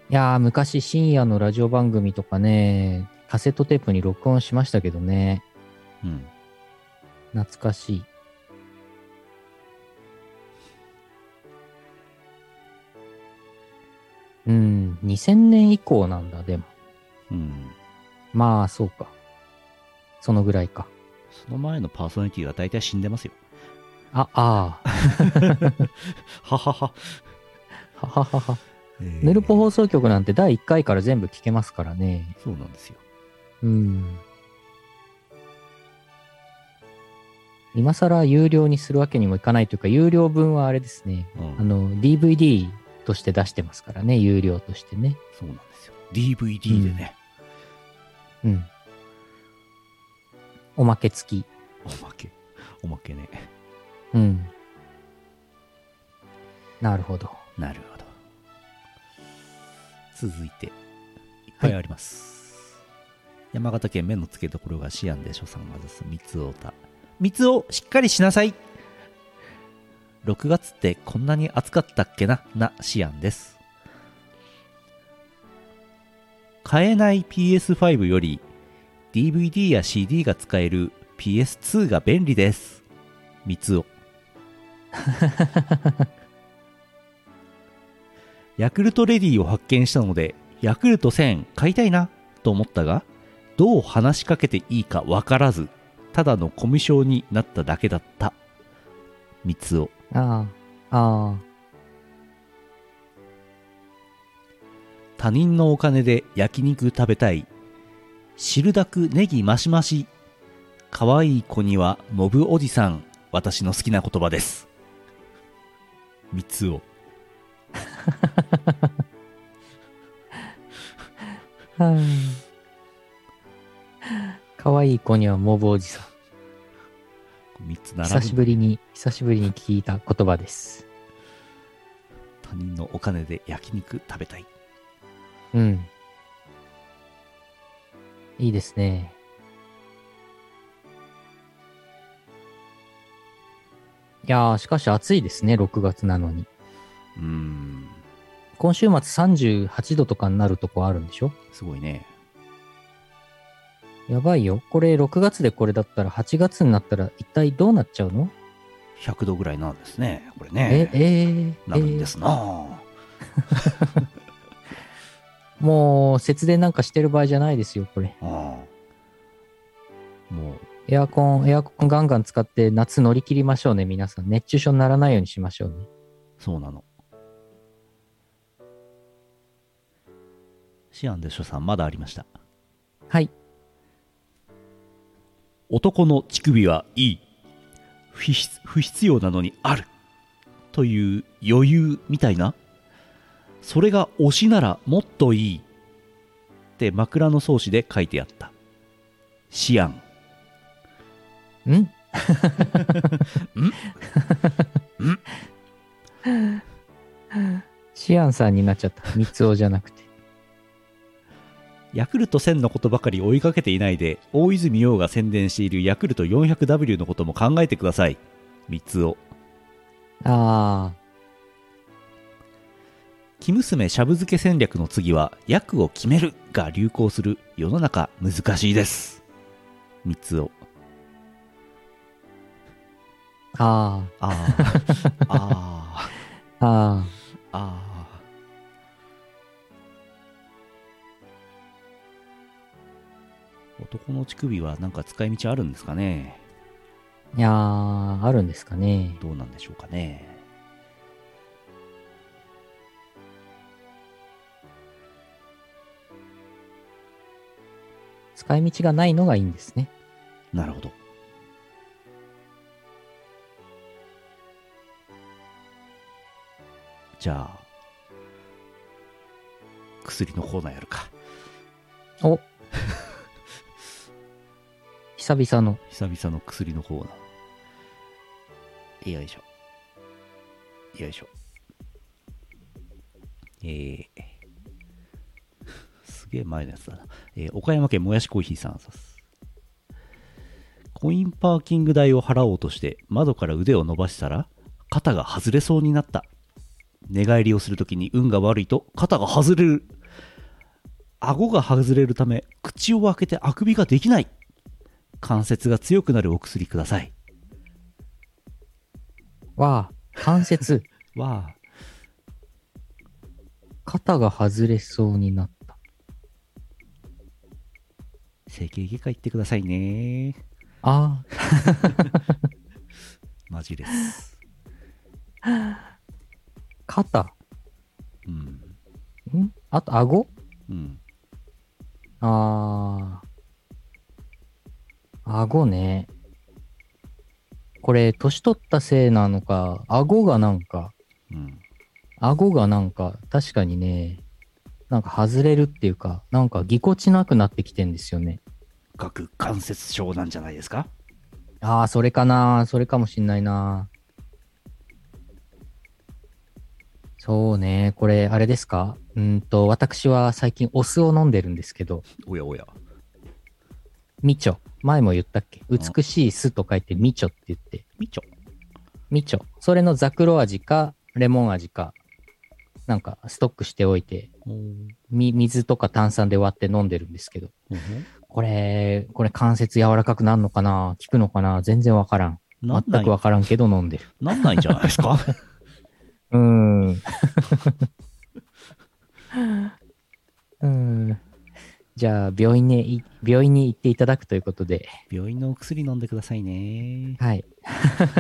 Speaker 1: いやー、昔深夜のラジオ番組とかね、カセットテープに録音しましたけどね、
Speaker 2: うん
Speaker 1: 懐かしい。うん、2000年以降なんだ、でも。
Speaker 2: うん
Speaker 1: まあ、そうか。そのぐらいか。
Speaker 2: その前のパーソナリティは大体死んでますよ
Speaker 1: あ、ああ
Speaker 2: ははは、
Speaker 1: はははは。
Speaker 2: えー
Speaker 1: ヌルポ放送局なんて第1回から全部聞けますからね。
Speaker 2: そうなんですよ
Speaker 1: うん。今更有料にするわけにもいかないというか、有料分はあれですね。
Speaker 2: うん
Speaker 1: あの、DVD として出してますからね、有料としてね。
Speaker 2: そうなんですよ DVD でね、
Speaker 1: うん。おまけ付き。
Speaker 2: おまけおまけね
Speaker 1: うん。なるほど。
Speaker 2: なるほど続いていっぱいあります、山形県目の付けどころがシアンでしょさんが出す三つおた三つおしっかりしなさい6月ってこんなに暑かったっけななシアンです買えない PS5 より DVD や CD が使える PS2 が便利です三つおヤクルトレディを発見したので、ヤクルト1000買いたいなと思ったがどう話しかけていいかわからずただのコミュ障になっただけだった三つを
Speaker 1: ああ、ああ、
Speaker 2: 他人のお金で焼肉食べたい汁だくネギマシマシ可愛い子にはモブおじさん私の好きな言葉です三つを
Speaker 1: はい可愛い子にはモブおじさん。
Speaker 2: 三つ
Speaker 1: 久
Speaker 2: 並
Speaker 1: し
Speaker 2: ぶ
Speaker 1: ぶりに、久しぶりに聞いた言葉です。
Speaker 2: 他人のお金で焼肉食べたい
Speaker 1: うん。いいですね。いやー、しかし暑いですね、6月なのに。
Speaker 2: うーん
Speaker 1: 今週末38度とかになるとこあるんでしょ
Speaker 2: すごいね
Speaker 1: やばいよ。これ6月でこれだったら8月になったら一体どうなっちゃうの
Speaker 2: 100度ぐらいなんですねこれ
Speaker 1: え
Speaker 2: ね、
Speaker 1: えー、
Speaker 2: なるんですな、
Speaker 1: えーもう節電なんかしてる場合じゃないですよ、これ。
Speaker 2: うんもう
Speaker 1: エアコン、エアコンガンガン使って夏乗り切りましょうね、皆さん。熱中症にならないようにしましょうね。
Speaker 2: そうなのシアンでしょさんまだありました
Speaker 1: はい。
Speaker 2: 男の乳首はいい不必不必要なのにあるという余裕みたいなそれが推しならもっといいって枕草子で書いてあったシアン
Speaker 1: ん
Speaker 2: ん
Speaker 1: シアンさんになっちゃった。三つおじゃなくて。
Speaker 2: ヤクルト1000のことばかり追いかけていないで大泉洋が宣伝しているヤクルト 400W のことも考えてください三つを
Speaker 1: あ
Speaker 2: 生娘しゃぶ漬け戦略の次は役を決めるが流行する世の中難しいです三つを
Speaker 1: あ、あ
Speaker 2: あーあ
Speaker 1: あ、ああ。
Speaker 2: ーあー男の乳首はなんか使い道あるんですかね
Speaker 1: いやー、あるんですかね。
Speaker 2: どうなんでしょうかね
Speaker 1: 使い道がないのがいいんですね。
Speaker 2: なるほどじゃあ薬のコーナーやるか
Speaker 1: お 久々の。
Speaker 2: 久々の薬のコーナーよいしょよいしょえー すげえ前のやつだな、えー岡山県もやしコーヒーさんあざっすコインパーキング代を払おうとして窓から腕を伸ばしたら肩が外れそうになった寝返りをするときに運が悪いと肩が外れる顎が外れるため口を開けてあくびができない関節が強くなるお薬ください。
Speaker 1: わあ、関節。
Speaker 2: わあ、
Speaker 1: 肩が外れそうになった。
Speaker 2: 整形外科行ってくださいね。
Speaker 1: ああ、
Speaker 2: マジです。
Speaker 1: 肩。
Speaker 2: うん。
Speaker 1: んあと、顎
Speaker 2: うん。
Speaker 1: ああ。顎ね。これ、年取ったせいなのか、顎がなんか、
Speaker 2: うん。
Speaker 1: 顎がなんか、確かにね、なんか外れるっていうか、なんかぎこちなくなってきてんですよね。
Speaker 2: 顎関節症なんじゃないですか
Speaker 1: ああ、それかなそれかもしんないなそうね、これ、あれですかうんと、私は最近お酢を飲んでるんですけど、
Speaker 2: おやおや。
Speaker 1: みちょ。前も言ったっけ美しい酢と書いてみちょって言って。
Speaker 2: みちょ。
Speaker 1: みちょ。それのザクロ味か、レモン味か、なんかストックしておいて、
Speaker 2: お
Speaker 1: み、水とか炭酸で割って飲んでるんですけど。これ、これ関節柔らかくなるのかな効くのかな全然わからん。
Speaker 2: なんな
Speaker 1: 全くわ
Speaker 2: い、
Speaker 1: からんけど飲んでる。
Speaker 2: なんないんじゃないですか
Speaker 1: うー ん。うーん。じゃあ、病院にい、病院に行っていただくということで、
Speaker 2: 病院のお薬飲んでくださいね。
Speaker 1: はい。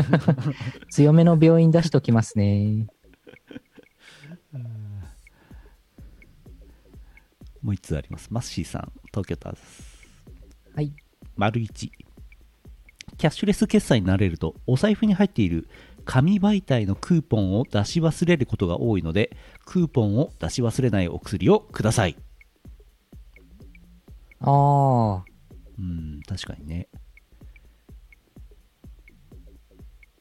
Speaker 1: 強めの病院出しときますね。
Speaker 2: もう一通あります。マッシーさん、東京タワーです。
Speaker 1: はい。
Speaker 2: 丸一キャッシュレス決済になれるとお財布に入っている紙媒体のクーポンを出し忘れることが多いのでクーポンを出し忘れないお薬をください
Speaker 1: ああ、
Speaker 2: うん確かにね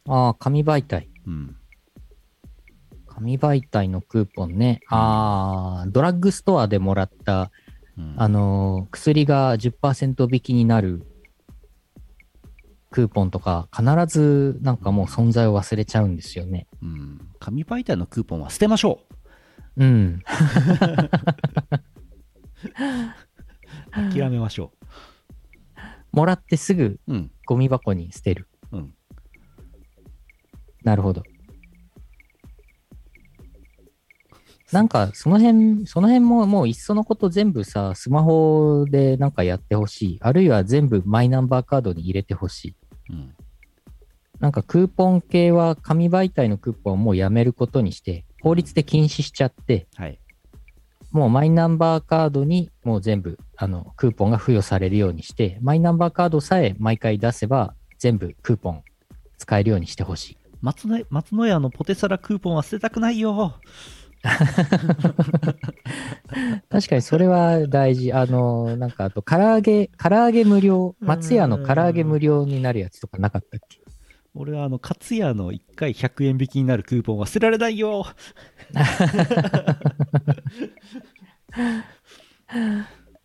Speaker 1: ああ、紙媒体。
Speaker 2: うん
Speaker 1: 紙媒体のクーポンね。ああ、ドラッグストアでもらった、
Speaker 2: うん
Speaker 1: あのー薬が10%引きになるクーポンとか、必ずなんかもう存在を忘れちゃうんですよね。
Speaker 2: うん、紙媒体のクーポンは捨てましょ
Speaker 1: うん。
Speaker 2: う諦めましょ
Speaker 1: もらってすぐ
Speaker 2: ううん
Speaker 1: ゴミ箱に捨てる。
Speaker 2: うん
Speaker 1: なるほど。なんか、その辺、その辺ももういっそのこと全部さ、スマホでなんかやってほしい。あるいは全部マイナンバーカードに入れてほしい。
Speaker 2: うん
Speaker 1: なんかクーポン系は紙媒体のクーポンをもうやめることにして、法律で禁止しちゃって、
Speaker 2: はい
Speaker 1: もうマイナンバーカードにもう全部、あの、クーポンが付与されるようにして、マイナンバーカードさえ毎回出せば、全部クーポン使えるようにしてほしい。
Speaker 2: 松の松の屋のポテサラクーポンは捨てたくないよ
Speaker 1: 確かにそれは大事。あの、なんかあと、唐揚げ、唐揚げ無料、
Speaker 2: うん
Speaker 1: 松屋の唐揚げ無料になるやつとかなかったっけ
Speaker 2: 俺はあの勝屋の1回100円引きになるクーポンは捨てられないよ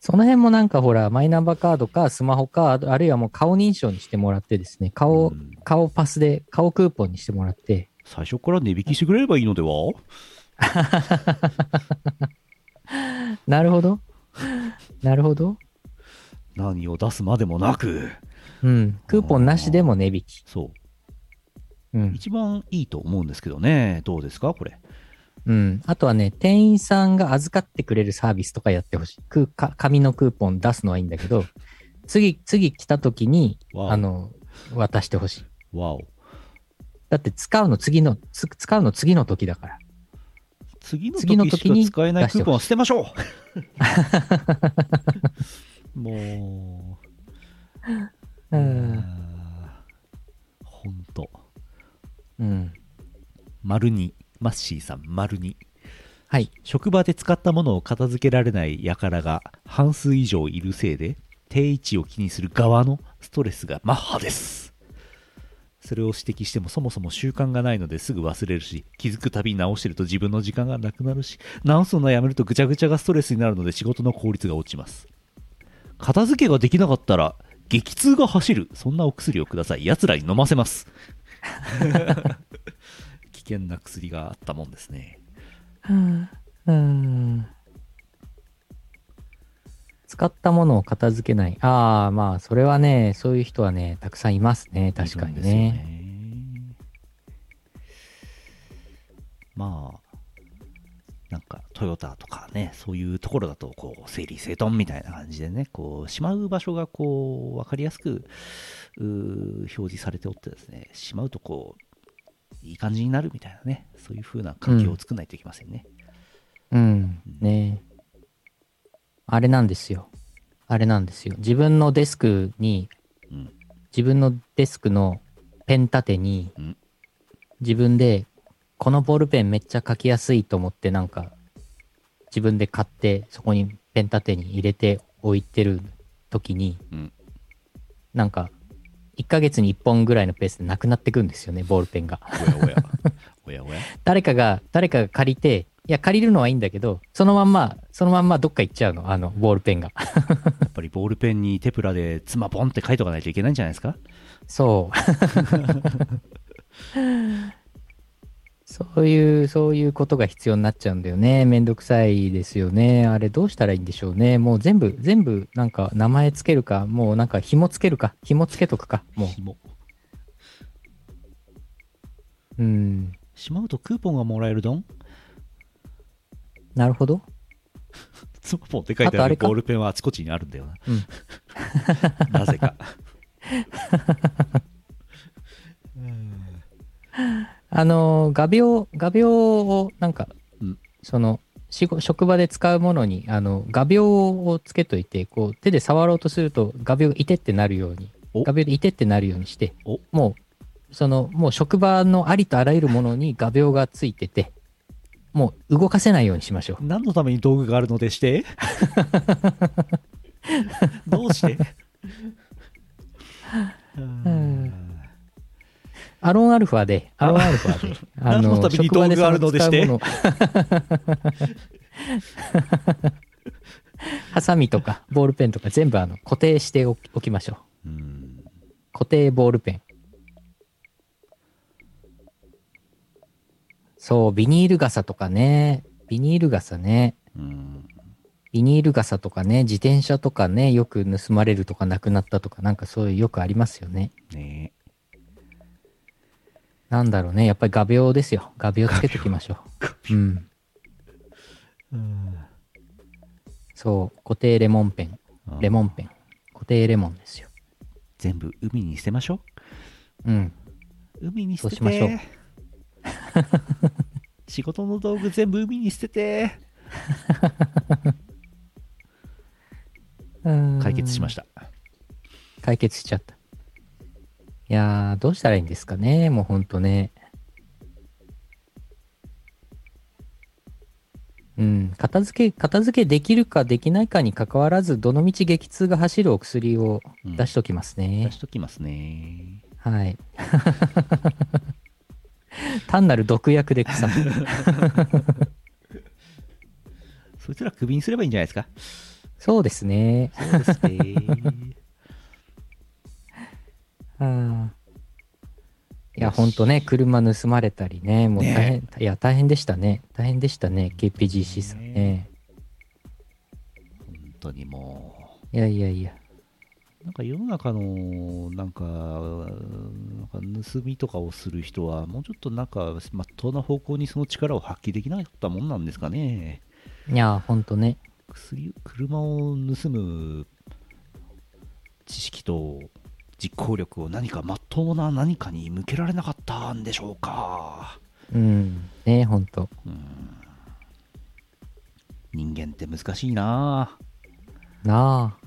Speaker 1: その辺もなんかほら、マイナンバーカードかスマホか、あとあるいはもう顔認証にしてもらってですね、顔、
Speaker 2: うん
Speaker 1: 顔パスで、顔クーポンにしてもらって、
Speaker 2: 最初から値引きしてくれればいいのでは
Speaker 1: なるほど。なるほど。
Speaker 2: 何を出すまでもなく
Speaker 1: うん。クーポンなしでも値引き。。
Speaker 2: そううん一番いいと思うんですけどねどうですかこれ
Speaker 1: うん。あとはね、店員さんが預かってくれるサービスとかやってほしい。クーか紙のクーポン出すのはいいんだけど、次、次来た時に、
Speaker 2: わお
Speaker 1: あの、渡してほしい。
Speaker 2: わお
Speaker 1: だって使うの次の、つ使うの次の時だから。
Speaker 2: 次の
Speaker 1: 次の
Speaker 2: 時し
Speaker 1: 時
Speaker 2: か
Speaker 1: に
Speaker 2: 使えない
Speaker 1: 出し
Speaker 2: ク
Speaker 1: て
Speaker 2: ーポン
Speaker 1: ほ
Speaker 2: は捨てましょう も
Speaker 1: う
Speaker 2: う、
Speaker 1: ん。
Speaker 2: ほんと
Speaker 1: うん。
Speaker 2: 丸にマッシーさん丸に
Speaker 1: はい。
Speaker 2: 職場で使ったものを片付けられない輩が半数以上いるせいで定位置を気にする側のストレスがマッハですそれを指摘してもそもそも習慣がないのですぐ忘れるし気づくたびに直してると自分の時間がなくなるし直すのをやめるとぐちゃぐちゃがストレスになるので仕事の効率が落ちます片付けができなかったら激痛が走るそんなお薬をください奴らに飲ませます 危険な薬があったもんですね
Speaker 1: うん。使ったものを片付けない。ああ、まあ、それはね、そういう人はね、たくさんいますね。確かに
Speaker 2: いるん
Speaker 1: ね。
Speaker 2: ですよねまあ、なんかトヨタとかね、そういうところだと、こう、整理整頓みたいな感じでね、こう、しまう場所がこう、わかりやすく、うー表示されておってですね、しまうとこう、いい感じになるみたいなね、そういう風な環境を作らないといけませんね。
Speaker 1: うん。ねあれなんですよ。あれなんですよ。自分のデスクに、
Speaker 2: うん
Speaker 1: 自分のデスクのペン立てに
Speaker 2: うん、
Speaker 1: 自分で、このボールペンめっちゃ書きやすいと思って、なんか、自分で買って、そこにペン立てに入れて置いてる時に、
Speaker 2: うん
Speaker 1: なんか、1ヶ月に1本ぐらいのペースでなくなってくんですよね、ボールペンが。
Speaker 2: おやおや。おやおや。
Speaker 1: 誰かが、誰かが借りて、いや、借りるのはいいんだけど、そのまんま、そのまんまどっか行っちゃうの、あの、ボールペンが。
Speaker 2: やっぱりボールペンにテプラで妻ポンって書いとかないといけないんじゃないですか
Speaker 1: そう。そういう、そういうことが必要になっちゃうんだよね。めんどくさいですよね。あれどうしたらいいんでしょうね。もう全部、全部、なんか名前つけるか、もうなんか紐つけるか、紐つけとくか、も
Speaker 2: 紐
Speaker 1: う。うん。
Speaker 2: しまうとクーポンがもらえるどん
Speaker 1: なるほど。
Speaker 2: スマホって書いて
Speaker 1: あと
Speaker 2: あ
Speaker 1: あ
Speaker 2: る
Speaker 1: れか
Speaker 2: ボールペンはあちこちにあるんだよな。
Speaker 1: うん
Speaker 2: なぜか。
Speaker 1: あのー画鋲画鋲をなんか、
Speaker 2: うん
Speaker 1: その仕事職場で使うものにあの画鋲をつけといてこう手で触ろうとすると画鋲がいてってなるように
Speaker 2: お
Speaker 1: 画鋲でいてってなるようにして
Speaker 2: お
Speaker 1: もうそのもう職場のありとあらゆるものに画鋲がついててもう動かせないようにしましょう。
Speaker 2: 何のために道具があるのでして どうして
Speaker 1: んアロンアルファで、アロンアルファで、
Speaker 2: 何のために道具があるのでして
Speaker 1: 職場でその使うも のハサミとかボールペンとか全部あの固定しておきおきましょう。
Speaker 2: うん
Speaker 1: 固定ボールペン。そう、ビニール傘とかね。ビニール傘ね。
Speaker 2: うん
Speaker 1: ビニール傘とかね、自転車とかね、よく盗まれるとかなくなったとか、なんかそういうよくありますよね。
Speaker 2: ね
Speaker 1: なんだろうね。やっぱり画鋲ですよ。画鋲つけておき ましょう。うん。
Speaker 2: え
Speaker 1: そう、固定レモンペン。レモンペン。固定レモンですよ。
Speaker 2: 全部海に捨てましょ
Speaker 1: うん。
Speaker 2: う海に捨てて
Speaker 1: そうしましょ
Speaker 2: 仕事の道具全部海に捨てて解決しま
Speaker 1: し
Speaker 2: した
Speaker 1: た。解決しちゃった。いやー、どうしたらいいんですかね。もうほんとね。うん、片付け、片付けできるかできないかに関わらず、どのみち激痛が走るお薬を出しときますね
Speaker 2: 出。しときますね
Speaker 1: はい。 単なる毒薬で 腐る。
Speaker 2: そいつらクビにすればいいんじゃないですか
Speaker 1: そうですね。
Speaker 2: そうですね
Speaker 1: うんいや、ほんとね、車盗まれたりね、もう大変、いや、大変でしたね。大変でしたね、KPGC さんね。
Speaker 2: 本当にもう
Speaker 1: いやいやいや。
Speaker 2: なんか世の中のなんかうんなんか盗みとかをする人はもうちょっとなんかまっとうな方向にその力を発揮できなかったもんなんですかね
Speaker 1: いや、ほんとね。
Speaker 2: 薬車を盗む知識と実行力を何かまっとうな何かに向けられなかったんでしょうか
Speaker 1: うん。ね、ほんと。
Speaker 2: 人間って難しいなあ
Speaker 1: なあ。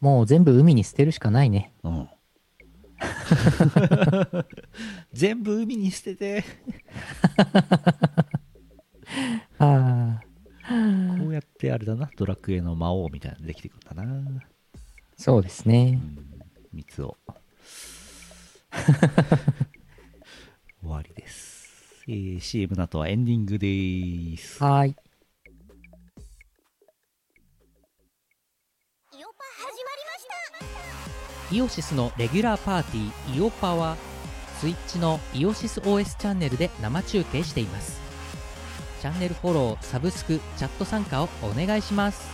Speaker 1: もう全部海に捨てるしかないね。
Speaker 2: うん 全部海に捨てて
Speaker 1: ああ。
Speaker 2: こうやってあれだな、ドラクエの魔王みたいなのできてくるんだな。
Speaker 1: そうですね。
Speaker 2: 三つを。 終わりです。えー CM の後はエンディングです。
Speaker 1: はーい。
Speaker 3: イオパ始まりました
Speaker 1: イオシスのレギュラーパーティー「イオパ」は Twitch のイオシス OS チャンネルで生中継していますチャンネルフォローサブスクチャット参加をお願いします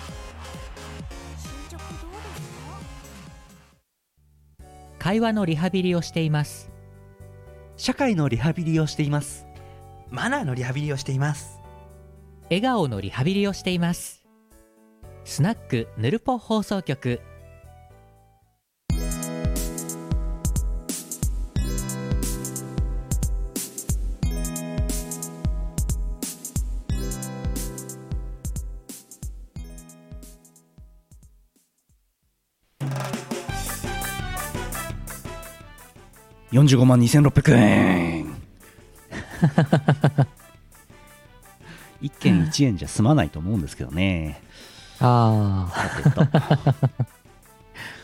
Speaker 3: 進捗どうですか
Speaker 1: 会話のリハビリをしています
Speaker 4: 社会のリハビリをしていますマナーのリハビリをしています
Speaker 1: 笑顔のリハビリをしていますスナックぬるぽ放送局
Speaker 2: 45万2600円一件一円じゃ済まないと思うんですけどね。
Speaker 1: あ
Speaker 2: さてと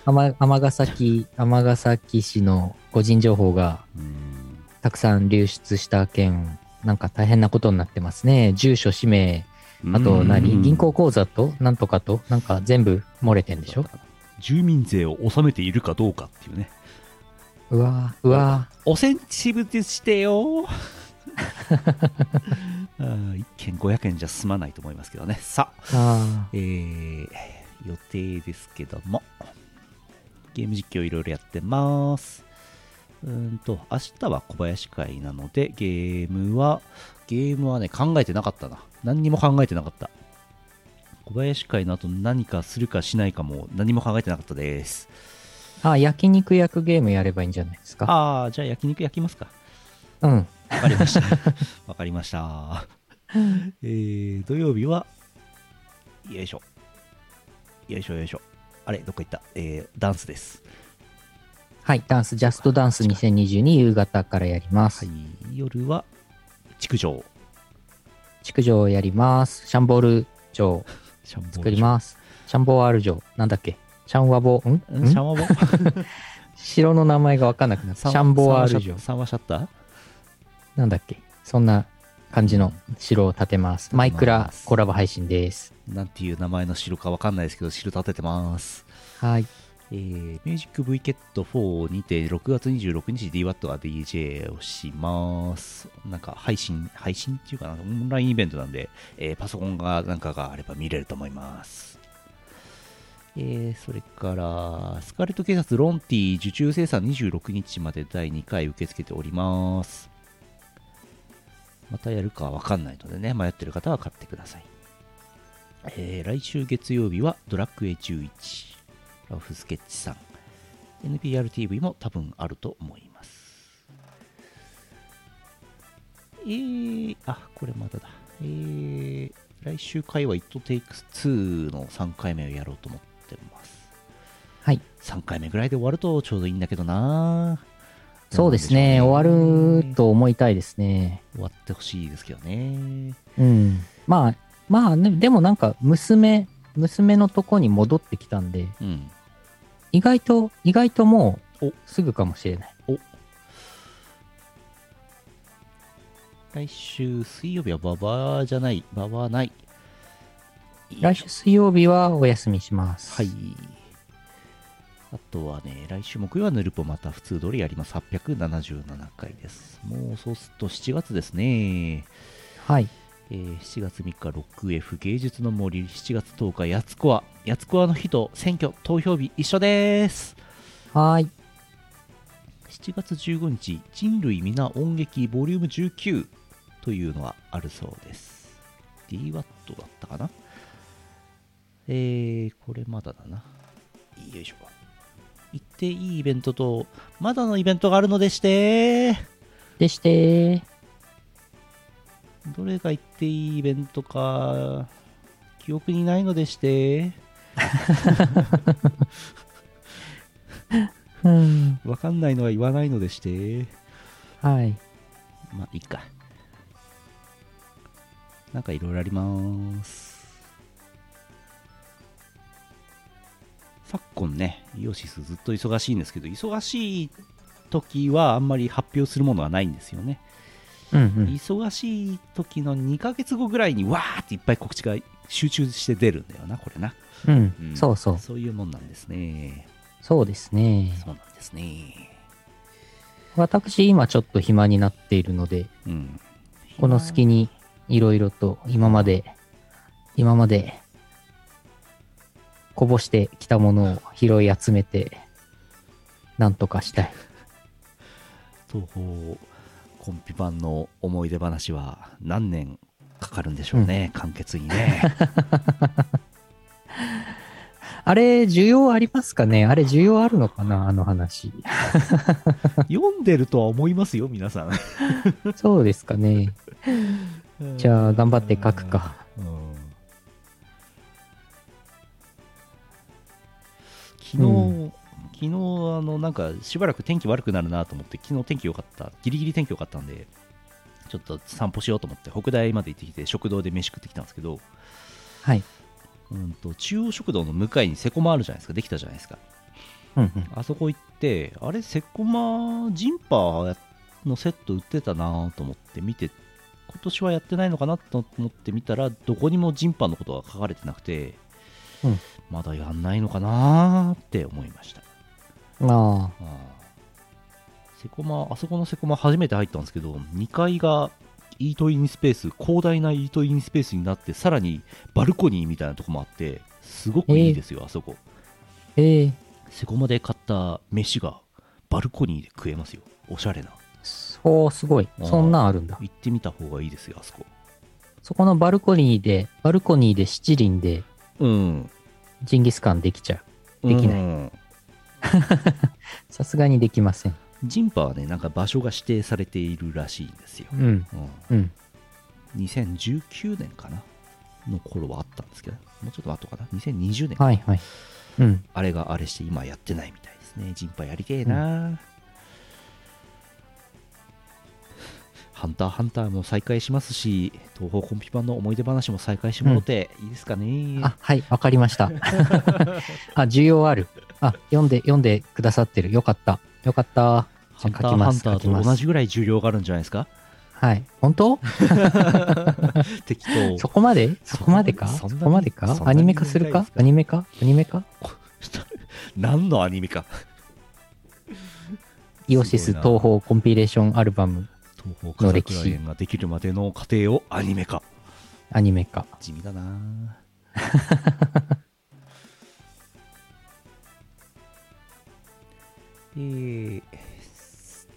Speaker 1: あ尼崎尼崎市の個人情報が
Speaker 2: うん
Speaker 1: たくさん流出した件なんか大変なことになってますね住所氏名あと
Speaker 2: う
Speaker 1: 何
Speaker 2: ん
Speaker 1: 銀行口座となんとかとなんか全部漏れてんでしょ
Speaker 2: 住民税を納めているかどうかっていうね。
Speaker 1: うわーうわ
Speaker 2: おセンシブでしてよ あー一件500円じゃ済まないと思いますけどねさあ、
Speaker 1: ーあ
Speaker 2: えー予定ですけどもゲーム実況いろいろやってますうーんと、明日は小林会なので、ゲームは、ゲームはね、考えてなかったな。何にも考えてなかった。小林会の後何かするかしないかも何も考えてなかったです。
Speaker 1: あ、焼肉焼くゲームやればいいんじゃないですか。
Speaker 2: ああー、じゃあ焼肉焼きますか。
Speaker 1: うん。
Speaker 2: わかり ました。わかりました。えー、土曜日は、よいしょ。よいしょよいしょ。あれ、どっか行った。えー、ダンスです。
Speaker 1: はい、ダンス、ジャストダンス2022夕方からやります。
Speaker 2: はい、夜は、築城。
Speaker 1: 築城をやります。シャンボール城
Speaker 2: シャンボール
Speaker 1: 作ります。シャンボワール城。なんだっけシャンワボんん
Speaker 2: んシャンワボ
Speaker 1: 城の名前がわかんなくなった。シャンボワール城。
Speaker 2: サンワシャッター
Speaker 1: なんだっけそんな感じの城を建てます。マイクラコラボ配信です。
Speaker 2: なんていう名前の城かわかんないですけど、城立ててます。
Speaker 1: はい。
Speaker 2: えー、ミュージック v k e t 4にて6月26日 DWAT は DJ をします。なんか配信、配信っていうかな、オンラインイベントなんで、えーパソコンがなんかがあれば見れると思います。えー、それから、スカーレット警察ロンティ受注生産26日まで第2回受け付けております。またやるかわかんないのでね、迷ってる方は買ってください。えー、来週月曜日はドラクエ11。ラフスケッチさん NPRTV も多分あると思いますえー、あこれまだだえー、来週回は ItTakes2 の3回目をやろうと思ってます
Speaker 1: はい
Speaker 2: 3回目ぐらいで終わるとちょうどいいんだけどな
Speaker 1: そうですね。
Speaker 2: どうなん
Speaker 1: 終
Speaker 2: でしょう
Speaker 1: わ
Speaker 2: ね
Speaker 1: ると思いたいですね。
Speaker 2: 終わってほしいですけどね
Speaker 1: うん。まあ、まあ、ね、でもなんか、娘、娘のとこに戻ってきたんで、
Speaker 2: うん
Speaker 1: 意外と、意外とも
Speaker 2: お
Speaker 1: う、すぐかもしれない。
Speaker 2: 来週水曜日はババアじゃないババアない
Speaker 1: 来週水曜日はお休みします。
Speaker 2: はい。。あとはね、来週木曜はヌルポまた普通通りやります。877回です。もうそうすると7月ですね。
Speaker 1: はい。
Speaker 2: えー7月3日 6F 芸術の森、7月10日やつこわ。やつこわの日と選挙、投票日一緒です。
Speaker 1: はい。
Speaker 2: 7月15日、人類皆音劇ボリューム19というのはあるそうです。DWAT だったかなえー、これまだだな。よいしょ。行っていいイベントと、まだのイベントがあるのでして、
Speaker 1: でして、
Speaker 2: どれが行っていいイベントか、記憶にないのでして、
Speaker 1: うん。
Speaker 2: わかんないのは言わないのでして。
Speaker 1: はい。
Speaker 2: まあ、いいか。なんかいろいろあります。昨今ね、イオシスずっと忙しいんですけど、忙しい時はあんまり発表するものはないんですよね。
Speaker 1: うんうん。
Speaker 2: 忙しい時の2ヶ月後ぐらいにわーっていっぱい告知が集中して出るんだよな、これな。
Speaker 1: うん、
Speaker 2: うん
Speaker 1: そうそう。
Speaker 2: そういうもんなんですね。
Speaker 1: そうですね。
Speaker 2: そうなんですね。
Speaker 1: 私、今ちょっと暇になっているので、
Speaker 2: うん。
Speaker 1: この隙にいろいろと今まで、今までこぼしてきたものを拾い集めて、なんとかしたい。
Speaker 2: 東宝コンピ版の思い出話は何年かかるんでしょうね、簡潔 にね
Speaker 1: あれ、需要ありますかねあれ、需要あるのかなあの話。
Speaker 2: 読んでるとは思いますよ皆さん
Speaker 1: そうですかね。じゃあ、頑張って書くか。
Speaker 2: うん昨日、
Speaker 1: うん
Speaker 2: 昨日あのなんかしばらく天気悪くなるなと思って昨日天気良かったギリギリ天気良かったんでちょっと散歩しようと思って北大まで行ってきて食堂で飯食ってきたんですけど、
Speaker 1: はい。
Speaker 2: うん、と中央食堂の向かいにセコマあるじゃないですかできたじゃないですか
Speaker 1: うんうん。
Speaker 2: あそこ行って、あれ、セコマジンパーのセット売ってたなと思って見て、今年はやってないのかなと思って見たら、どこにもジンパーのことが書かれてなくて、
Speaker 1: うん
Speaker 2: まだやんないのかなって思いました。
Speaker 1: あ
Speaker 2: あーセコマ、あそこのセコマ初めて入ったんですけど、2階がイートインスペース、広大なイートインスペースになって、さらにバルコニーみたいなとこもあって、すごくいいですよ、あそこ。
Speaker 1: あ。ええ
Speaker 2: セコマで買った飯がバルコニーで食えますよおしゃれな
Speaker 1: そう、すごい。
Speaker 2: あー
Speaker 1: そんなんあるんだ。
Speaker 2: 行ってみた方がいいですよあそこ
Speaker 1: そこのバルコニーで、バルコニーで七輪で
Speaker 2: うん
Speaker 1: ジンギスカンできちゃう。できない。
Speaker 2: い
Speaker 1: さすがにできません。
Speaker 2: ジンパはねなんか場所が指定されているらしいんですよ、
Speaker 1: うん。
Speaker 2: うん、
Speaker 1: うん。
Speaker 2: 2019年かなの頃はあったんですけど、もうちょっと後かな、2020年、
Speaker 1: はいはい。うん。
Speaker 2: あれがあれして今やってないみたいですね。ジンパやりてえな、ハンターハンターも再開しますし、東方コンピ版の思い出話も再開してもろて、いいですかね。
Speaker 1: あ、はい、わかりま した。あ、需要ある。あ、読んで、読んでくださってる。よかった。よかった。
Speaker 2: ハ
Speaker 1: 書
Speaker 2: ンター
Speaker 1: き
Speaker 2: ハ
Speaker 1: ま
Speaker 2: ン
Speaker 1: す
Speaker 2: ター
Speaker 1: 書きま
Speaker 2: と
Speaker 1: す
Speaker 2: 同じぐらい重量があるんじゃないですか
Speaker 1: はい。本当
Speaker 2: 適当。
Speaker 1: そこまでそこまでかそ
Speaker 2: そんなに
Speaker 1: こまで
Speaker 2: そ
Speaker 1: か
Speaker 2: んなに
Speaker 1: アニメ化する
Speaker 2: 見た
Speaker 1: か
Speaker 2: いですか
Speaker 1: アニメ化アニメ化
Speaker 2: 何のアニ メか。
Speaker 1: イオシス
Speaker 2: すごいな
Speaker 1: 東宝コンピレーションアルバム
Speaker 2: 東方カザクラ園ができるまでの過程をアニメ化。
Speaker 1: アニメ化。
Speaker 2: 地味だなあ えー、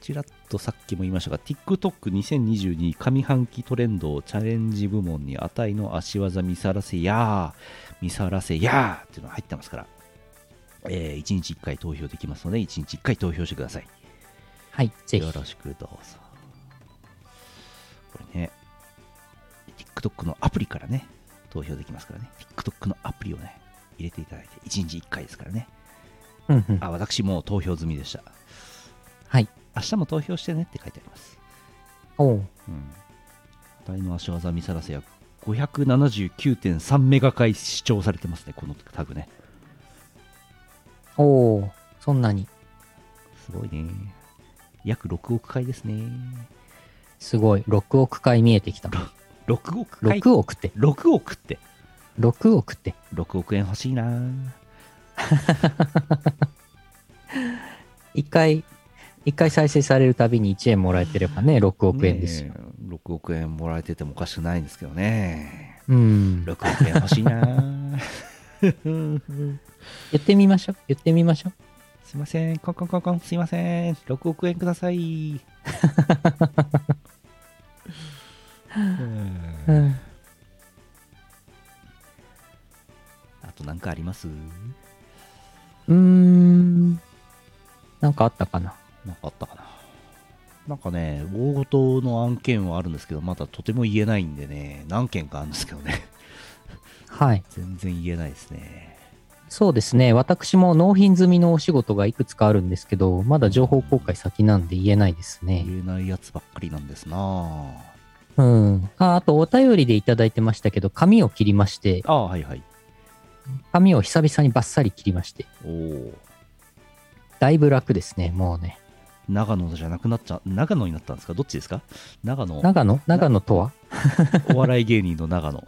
Speaker 2: ちらっとさっきも言いましたが TikTok2022 上半期トレンドチャレンジ部門に値の足技見さらせやー見さらせやーっていうのが入ってますから、え1日1回投票できますので1日1回投票してください
Speaker 1: はい、ぜひ
Speaker 2: よ。ろしくどうぞこれね TikTok のアプリからね投票できますからね TikTok のアプリをね入れていただいて1日1回ですからね
Speaker 1: うんうん。
Speaker 2: あ私もう投票済みでした
Speaker 1: はい。
Speaker 2: 明日も投票してねって書いてあります
Speaker 1: おう
Speaker 2: うん大の足技見さらせや579.3メガ回視聴されてますねこのタグね
Speaker 1: おうそんなに。
Speaker 2: すごいね約6億回ですね
Speaker 1: すごい。6億回見えてきた。
Speaker 2: 6億回
Speaker 1: 6億って。
Speaker 2: 6億って
Speaker 1: 6億って。
Speaker 2: 6億円欲しいな
Speaker 1: 一回、一回再生されるたびに1円もらえてればね、6億円ですよ。
Speaker 2: ねえ6億円もらえててもおかしくないんですけどね
Speaker 1: うん。
Speaker 2: 6億円欲しい な
Speaker 1: 言ってみましょう。言ってみましょう。
Speaker 2: すいませんコンコンコンコンすいません6億円くだ さいうん
Speaker 1: うん。
Speaker 2: あと何かあります
Speaker 1: うーん。なんかあったかな。
Speaker 2: なんかあったかななんかね大ごとの案件はあるんですけどまだとても言えないんでね何件かあるんですけどね
Speaker 1: はい。
Speaker 2: 全然言えないですね
Speaker 1: そうですね。私も納品済みのお仕事がいくつかあるんですけど、まだ情報公開先なんで言えないですね。
Speaker 2: 言えないやつばっかりなんですな
Speaker 1: うん。あ、あとお便りでいただいてましたけど、髪を切りまして、
Speaker 2: ああはいはい
Speaker 1: 髪を久々にバッサリ切りまして、
Speaker 2: おお
Speaker 1: だいぶ楽ですね。もうね。
Speaker 2: 長野じゃなくなっちゃ長野になったんですかどっちですか長野
Speaker 1: 長野長野とは
Speaker 2: お笑い芸人の 長野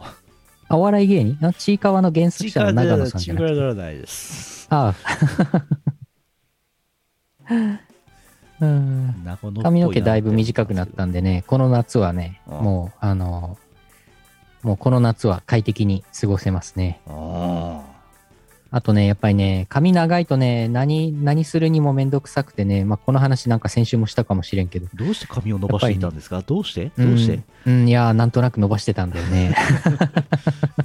Speaker 1: あ、お笑い芸人あ、ちいかわの原作者の長野さんじゃなくて。
Speaker 2: らないです
Speaker 1: ああ。 うん。
Speaker 2: 長野っぽいな
Speaker 1: 髪の毛だいぶ短くなったんでね、この夏はね、
Speaker 2: うん
Speaker 1: もう、あの、もうこの夏は快適に過ごせますね。
Speaker 2: あ
Speaker 1: あとね、やっぱりね、髪長いとね、何、何するにもめんどくさくてね、まあ、この話なんか先週もしたかもしれんけど。
Speaker 2: ーどうして髪を伸ばしていたんですか、どうして
Speaker 1: ん
Speaker 2: どうして、
Speaker 1: うん、いやー、なんとなく伸ばしてたんだよね。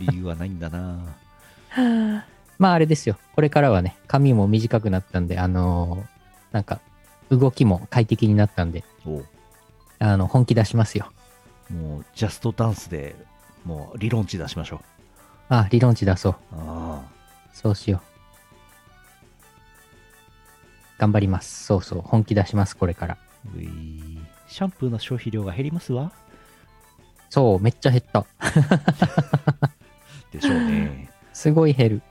Speaker 2: 理由はないんだな
Speaker 1: まあ、あれですよ。これからはね、髪も短くなったんで、あのーなんか、動きも快適になったんで、
Speaker 2: お
Speaker 1: あの、本気出しますよ。
Speaker 2: もうジャストダンスでもう理論値出しましょう
Speaker 1: あ、理論値出そう。
Speaker 2: あ
Speaker 1: そうしよう。頑張ります。そうそう。本気出します、これから。
Speaker 2: ーういシャンプーの消費量が減りますわ
Speaker 1: そう、めっちゃ減った。
Speaker 2: でしょうね
Speaker 1: すごい減る。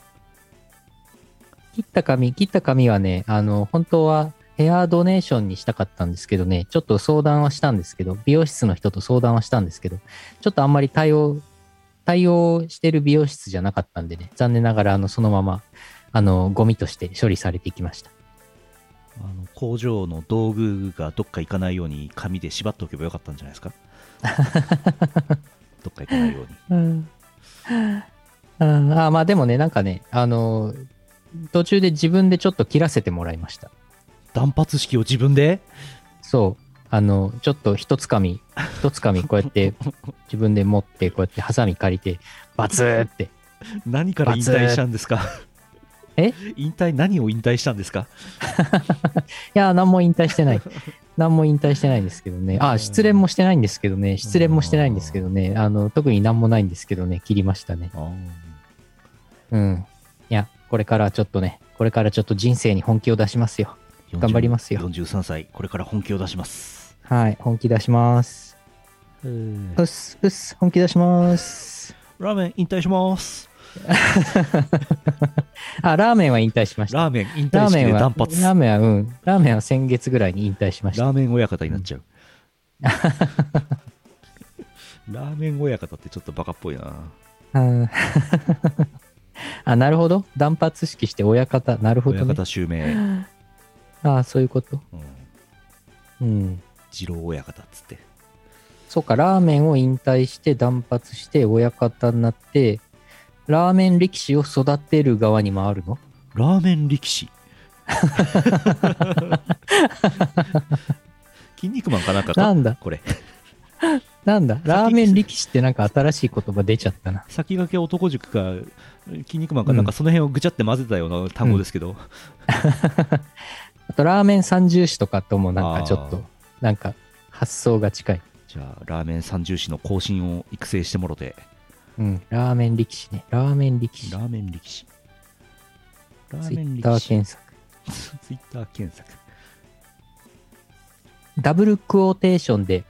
Speaker 1: 切った髪、切った髪はね、あの、本当はヘアドネーションにしたかったんですけどね、ちょっと相談はしたんですけど、美容室の人と相談はしたんですけど、ちょっとあんまり対応、対応してる美容室じゃなかったんでね、残念ながら、あの、そのまま、あの、ゴミとして処理されていきました。
Speaker 2: あの工場の道具がどっか行かないように紙で縛っておけばよかったんじゃないです かどっか行かないように
Speaker 1: うん、うんあまあでもねなんかねあの途中で自分でちょっと切らせてもらいました
Speaker 2: 断髪式を自 分で
Speaker 1: そう。あの、ちょっと一つかみ、一つかみ、こうやって、自分で持って、こうやって、ハサミ借りて、バツーって。
Speaker 2: 何から引退したんですか
Speaker 1: え
Speaker 2: 引退何を引退したんですか
Speaker 1: いやー、何も引退してない。何も引退してないんですけどね。あ、失恋もしてないんですけどね。失恋もしてないんですけどね。あの、特に何もないんですけどね。切りましたね。
Speaker 2: あ
Speaker 1: うん。いや、これからちょっとね、これからちょっと人生に本気を出しますよ。
Speaker 2: ー
Speaker 1: 頑張りますよ
Speaker 2: 40 43歳これから本気を出します
Speaker 1: はい、本気出します。
Speaker 2: ラー
Speaker 1: うっす、うっす、本気出します。
Speaker 2: メン引退します
Speaker 1: あ、ラーメンは引退しました。
Speaker 2: ラーメン引退
Speaker 1: ラー
Speaker 2: 式
Speaker 1: メン
Speaker 2: で
Speaker 1: は、ラ
Speaker 2: 断髪
Speaker 1: ーメンは、うん。ラーメンは先月ぐらいに引退しました。
Speaker 2: ラーメン親方になっ ちゃう。ラーメン親方ってちょっとバカっぽいな。
Speaker 1: うん あ、なるほど。断髪式して親方、なるほど、
Speaker 2: 親
Speaker 1: ね。
Speaker 2: 方襲名、
Speaker 1: ああ、そういうこと。
Speaker 2: うん、
Speaker 1: うん。
Speaker 2: 二郎親方っつって。
Speaker 1: そうか、ラーメンを引退して断髪して親方になって、ラーメン力士を育てる側に回るの
Speaker 2: ラーメン 力士。筋肉マンかなんかか
Speaker 1: なんだ
Speaker 2: これ。
Speaker 1: なんだラーメン力士ってなんか新しい言葉出ちゃったな。
Speaker 2: 先駆け男塾か、筋肉マンかなんかその辺をぐちゃって混ぜたような単語ですけど。
Speaker 1: あと、ラーメン三重視とかともなんかちょっ
Speaker 2: あー
Speaker 1: と、なんか発想が近い。
Speaker 2: じゃあ、ラーメン三重士の後進を育成してもろて。
Speaker 1: うん。ラーメン力士ね。ラーメン力士。
Speaker 2: ラーメン力士。ラ
Speaker 1: ツ
Speaker 2: ー
Speaker 1: イ
Speaker 2: メン
Speaker 1: ッター
Speaker 2: 力士。
Speaker 1: 検索。
Speaker 2: ツイッター検索。
Speaker 1: ダブルクオーテーションで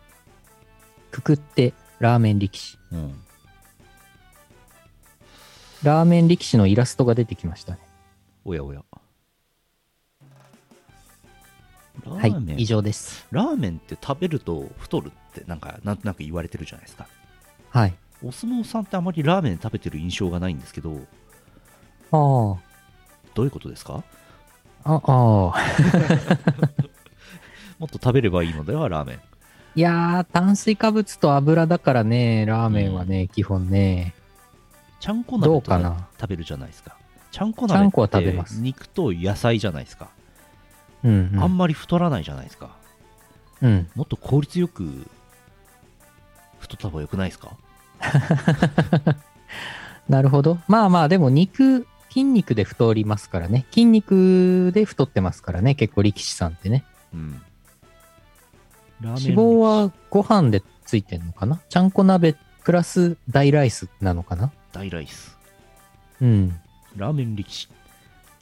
Speaker 1: くくってラーメン力士。
Speaker 2: うん。
Speaker 1: ラーメン力士のイラストが出てきましたね。
Speaker 2: おやおや。ラ
Speaker 1: はい
Speaker 2: ーメ、ン、
Speaker 1: 以上です。
Speaker 2: ラーメンって食べると太るってなんかなんとなく言われてるじゃないですか。
Speaker 1: はい。
Speaker 2: お相撲さんってあまりラーメン食べてる印象がないんですけど、
Speaker 1: あー
Speaker 2: どういうことですか
Speaker 1: あ、ああ。
Speaker 2: もっと食べればいいのではラーメン。
Speaker 1: いやー、炭水化物と油だからね、ラーメンはね、基本ね。
Speaker 2: ちゃんこ
Speaker 1: ど
Speaker 2: 鍋
Speaker 1: う
Speaker 2: と
Speaker 1: か
Speaker 2: か
Speaker 1: な
Speaker 2: 食べるじゃないですか。ちゃんこ
Speaker 1: ちゃ
Speaker 2: 鍋
Speaker 1: んこは
Speaker 2: っ
Speaker 1: 食べ
Speaker 2: て
Speaker 1: ます
Speaker 2: 肉と野菜じゃないですか。
Speaker 1: うん、う
Speaker 2: あん
Speaker 1: ん。
Speaker 2: まり太らないじゃないですか。
Speaker 1: うん。
Speaker 2: もっと効率よく太った方が良くないですか
Speaker 1: なるほど。まあまあ、でも肉、筋肉で太りますからね。筋肉で太ってますからね、結構力士さんってね。
Speaker 2: うん。ラーメ
Speaker 1: 脂
Speaker 2: ン
Speaker 1: 肪はご飯でついてんのかなちゃんこ鍋プラス大ライスなのかな
Speaker 2: 大ライス。
Speaker 1: うん。
Speaker 2: ラーメン力士。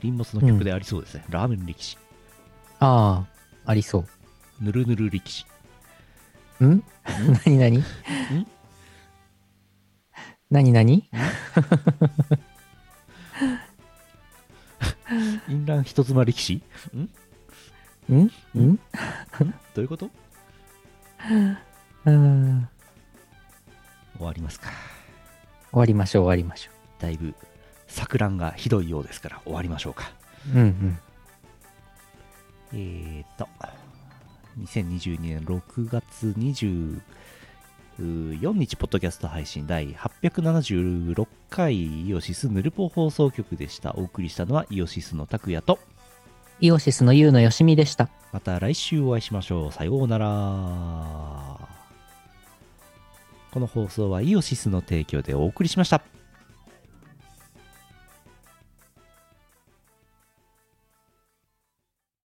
Speaker 2: リンモスの曲でありそうですね。ラーメン力士。
Speaker 1: ああ、ありそ
Speaker 2: ぬるぬる力士。
Speaker 1: う。ん何何何何
Speaker 2: 淫乱人妻力士
Speaker 1: んん
Speaker 2: どういうこと
Speaker 1: うん
Speaker 2: 終わりますか。
Speaker 1: 終わりましょう、終わりましょ
Speaker 2: だいぶ錯乱がひどいようですから終わりましょうか。
Speaker 1: う。うんうん。
Speaker 2: えーと、2022年6月24日、ポッドキャスト配信第876回イオシスヌルポ放送局でした。お送りしたのはイオシスの拓也と、
Speaker 1: イオシスのユウのよしみでした。
Speaker 2: また来週お会いしましょう。さようなら。この放送はイオシスの提供でお送りしました。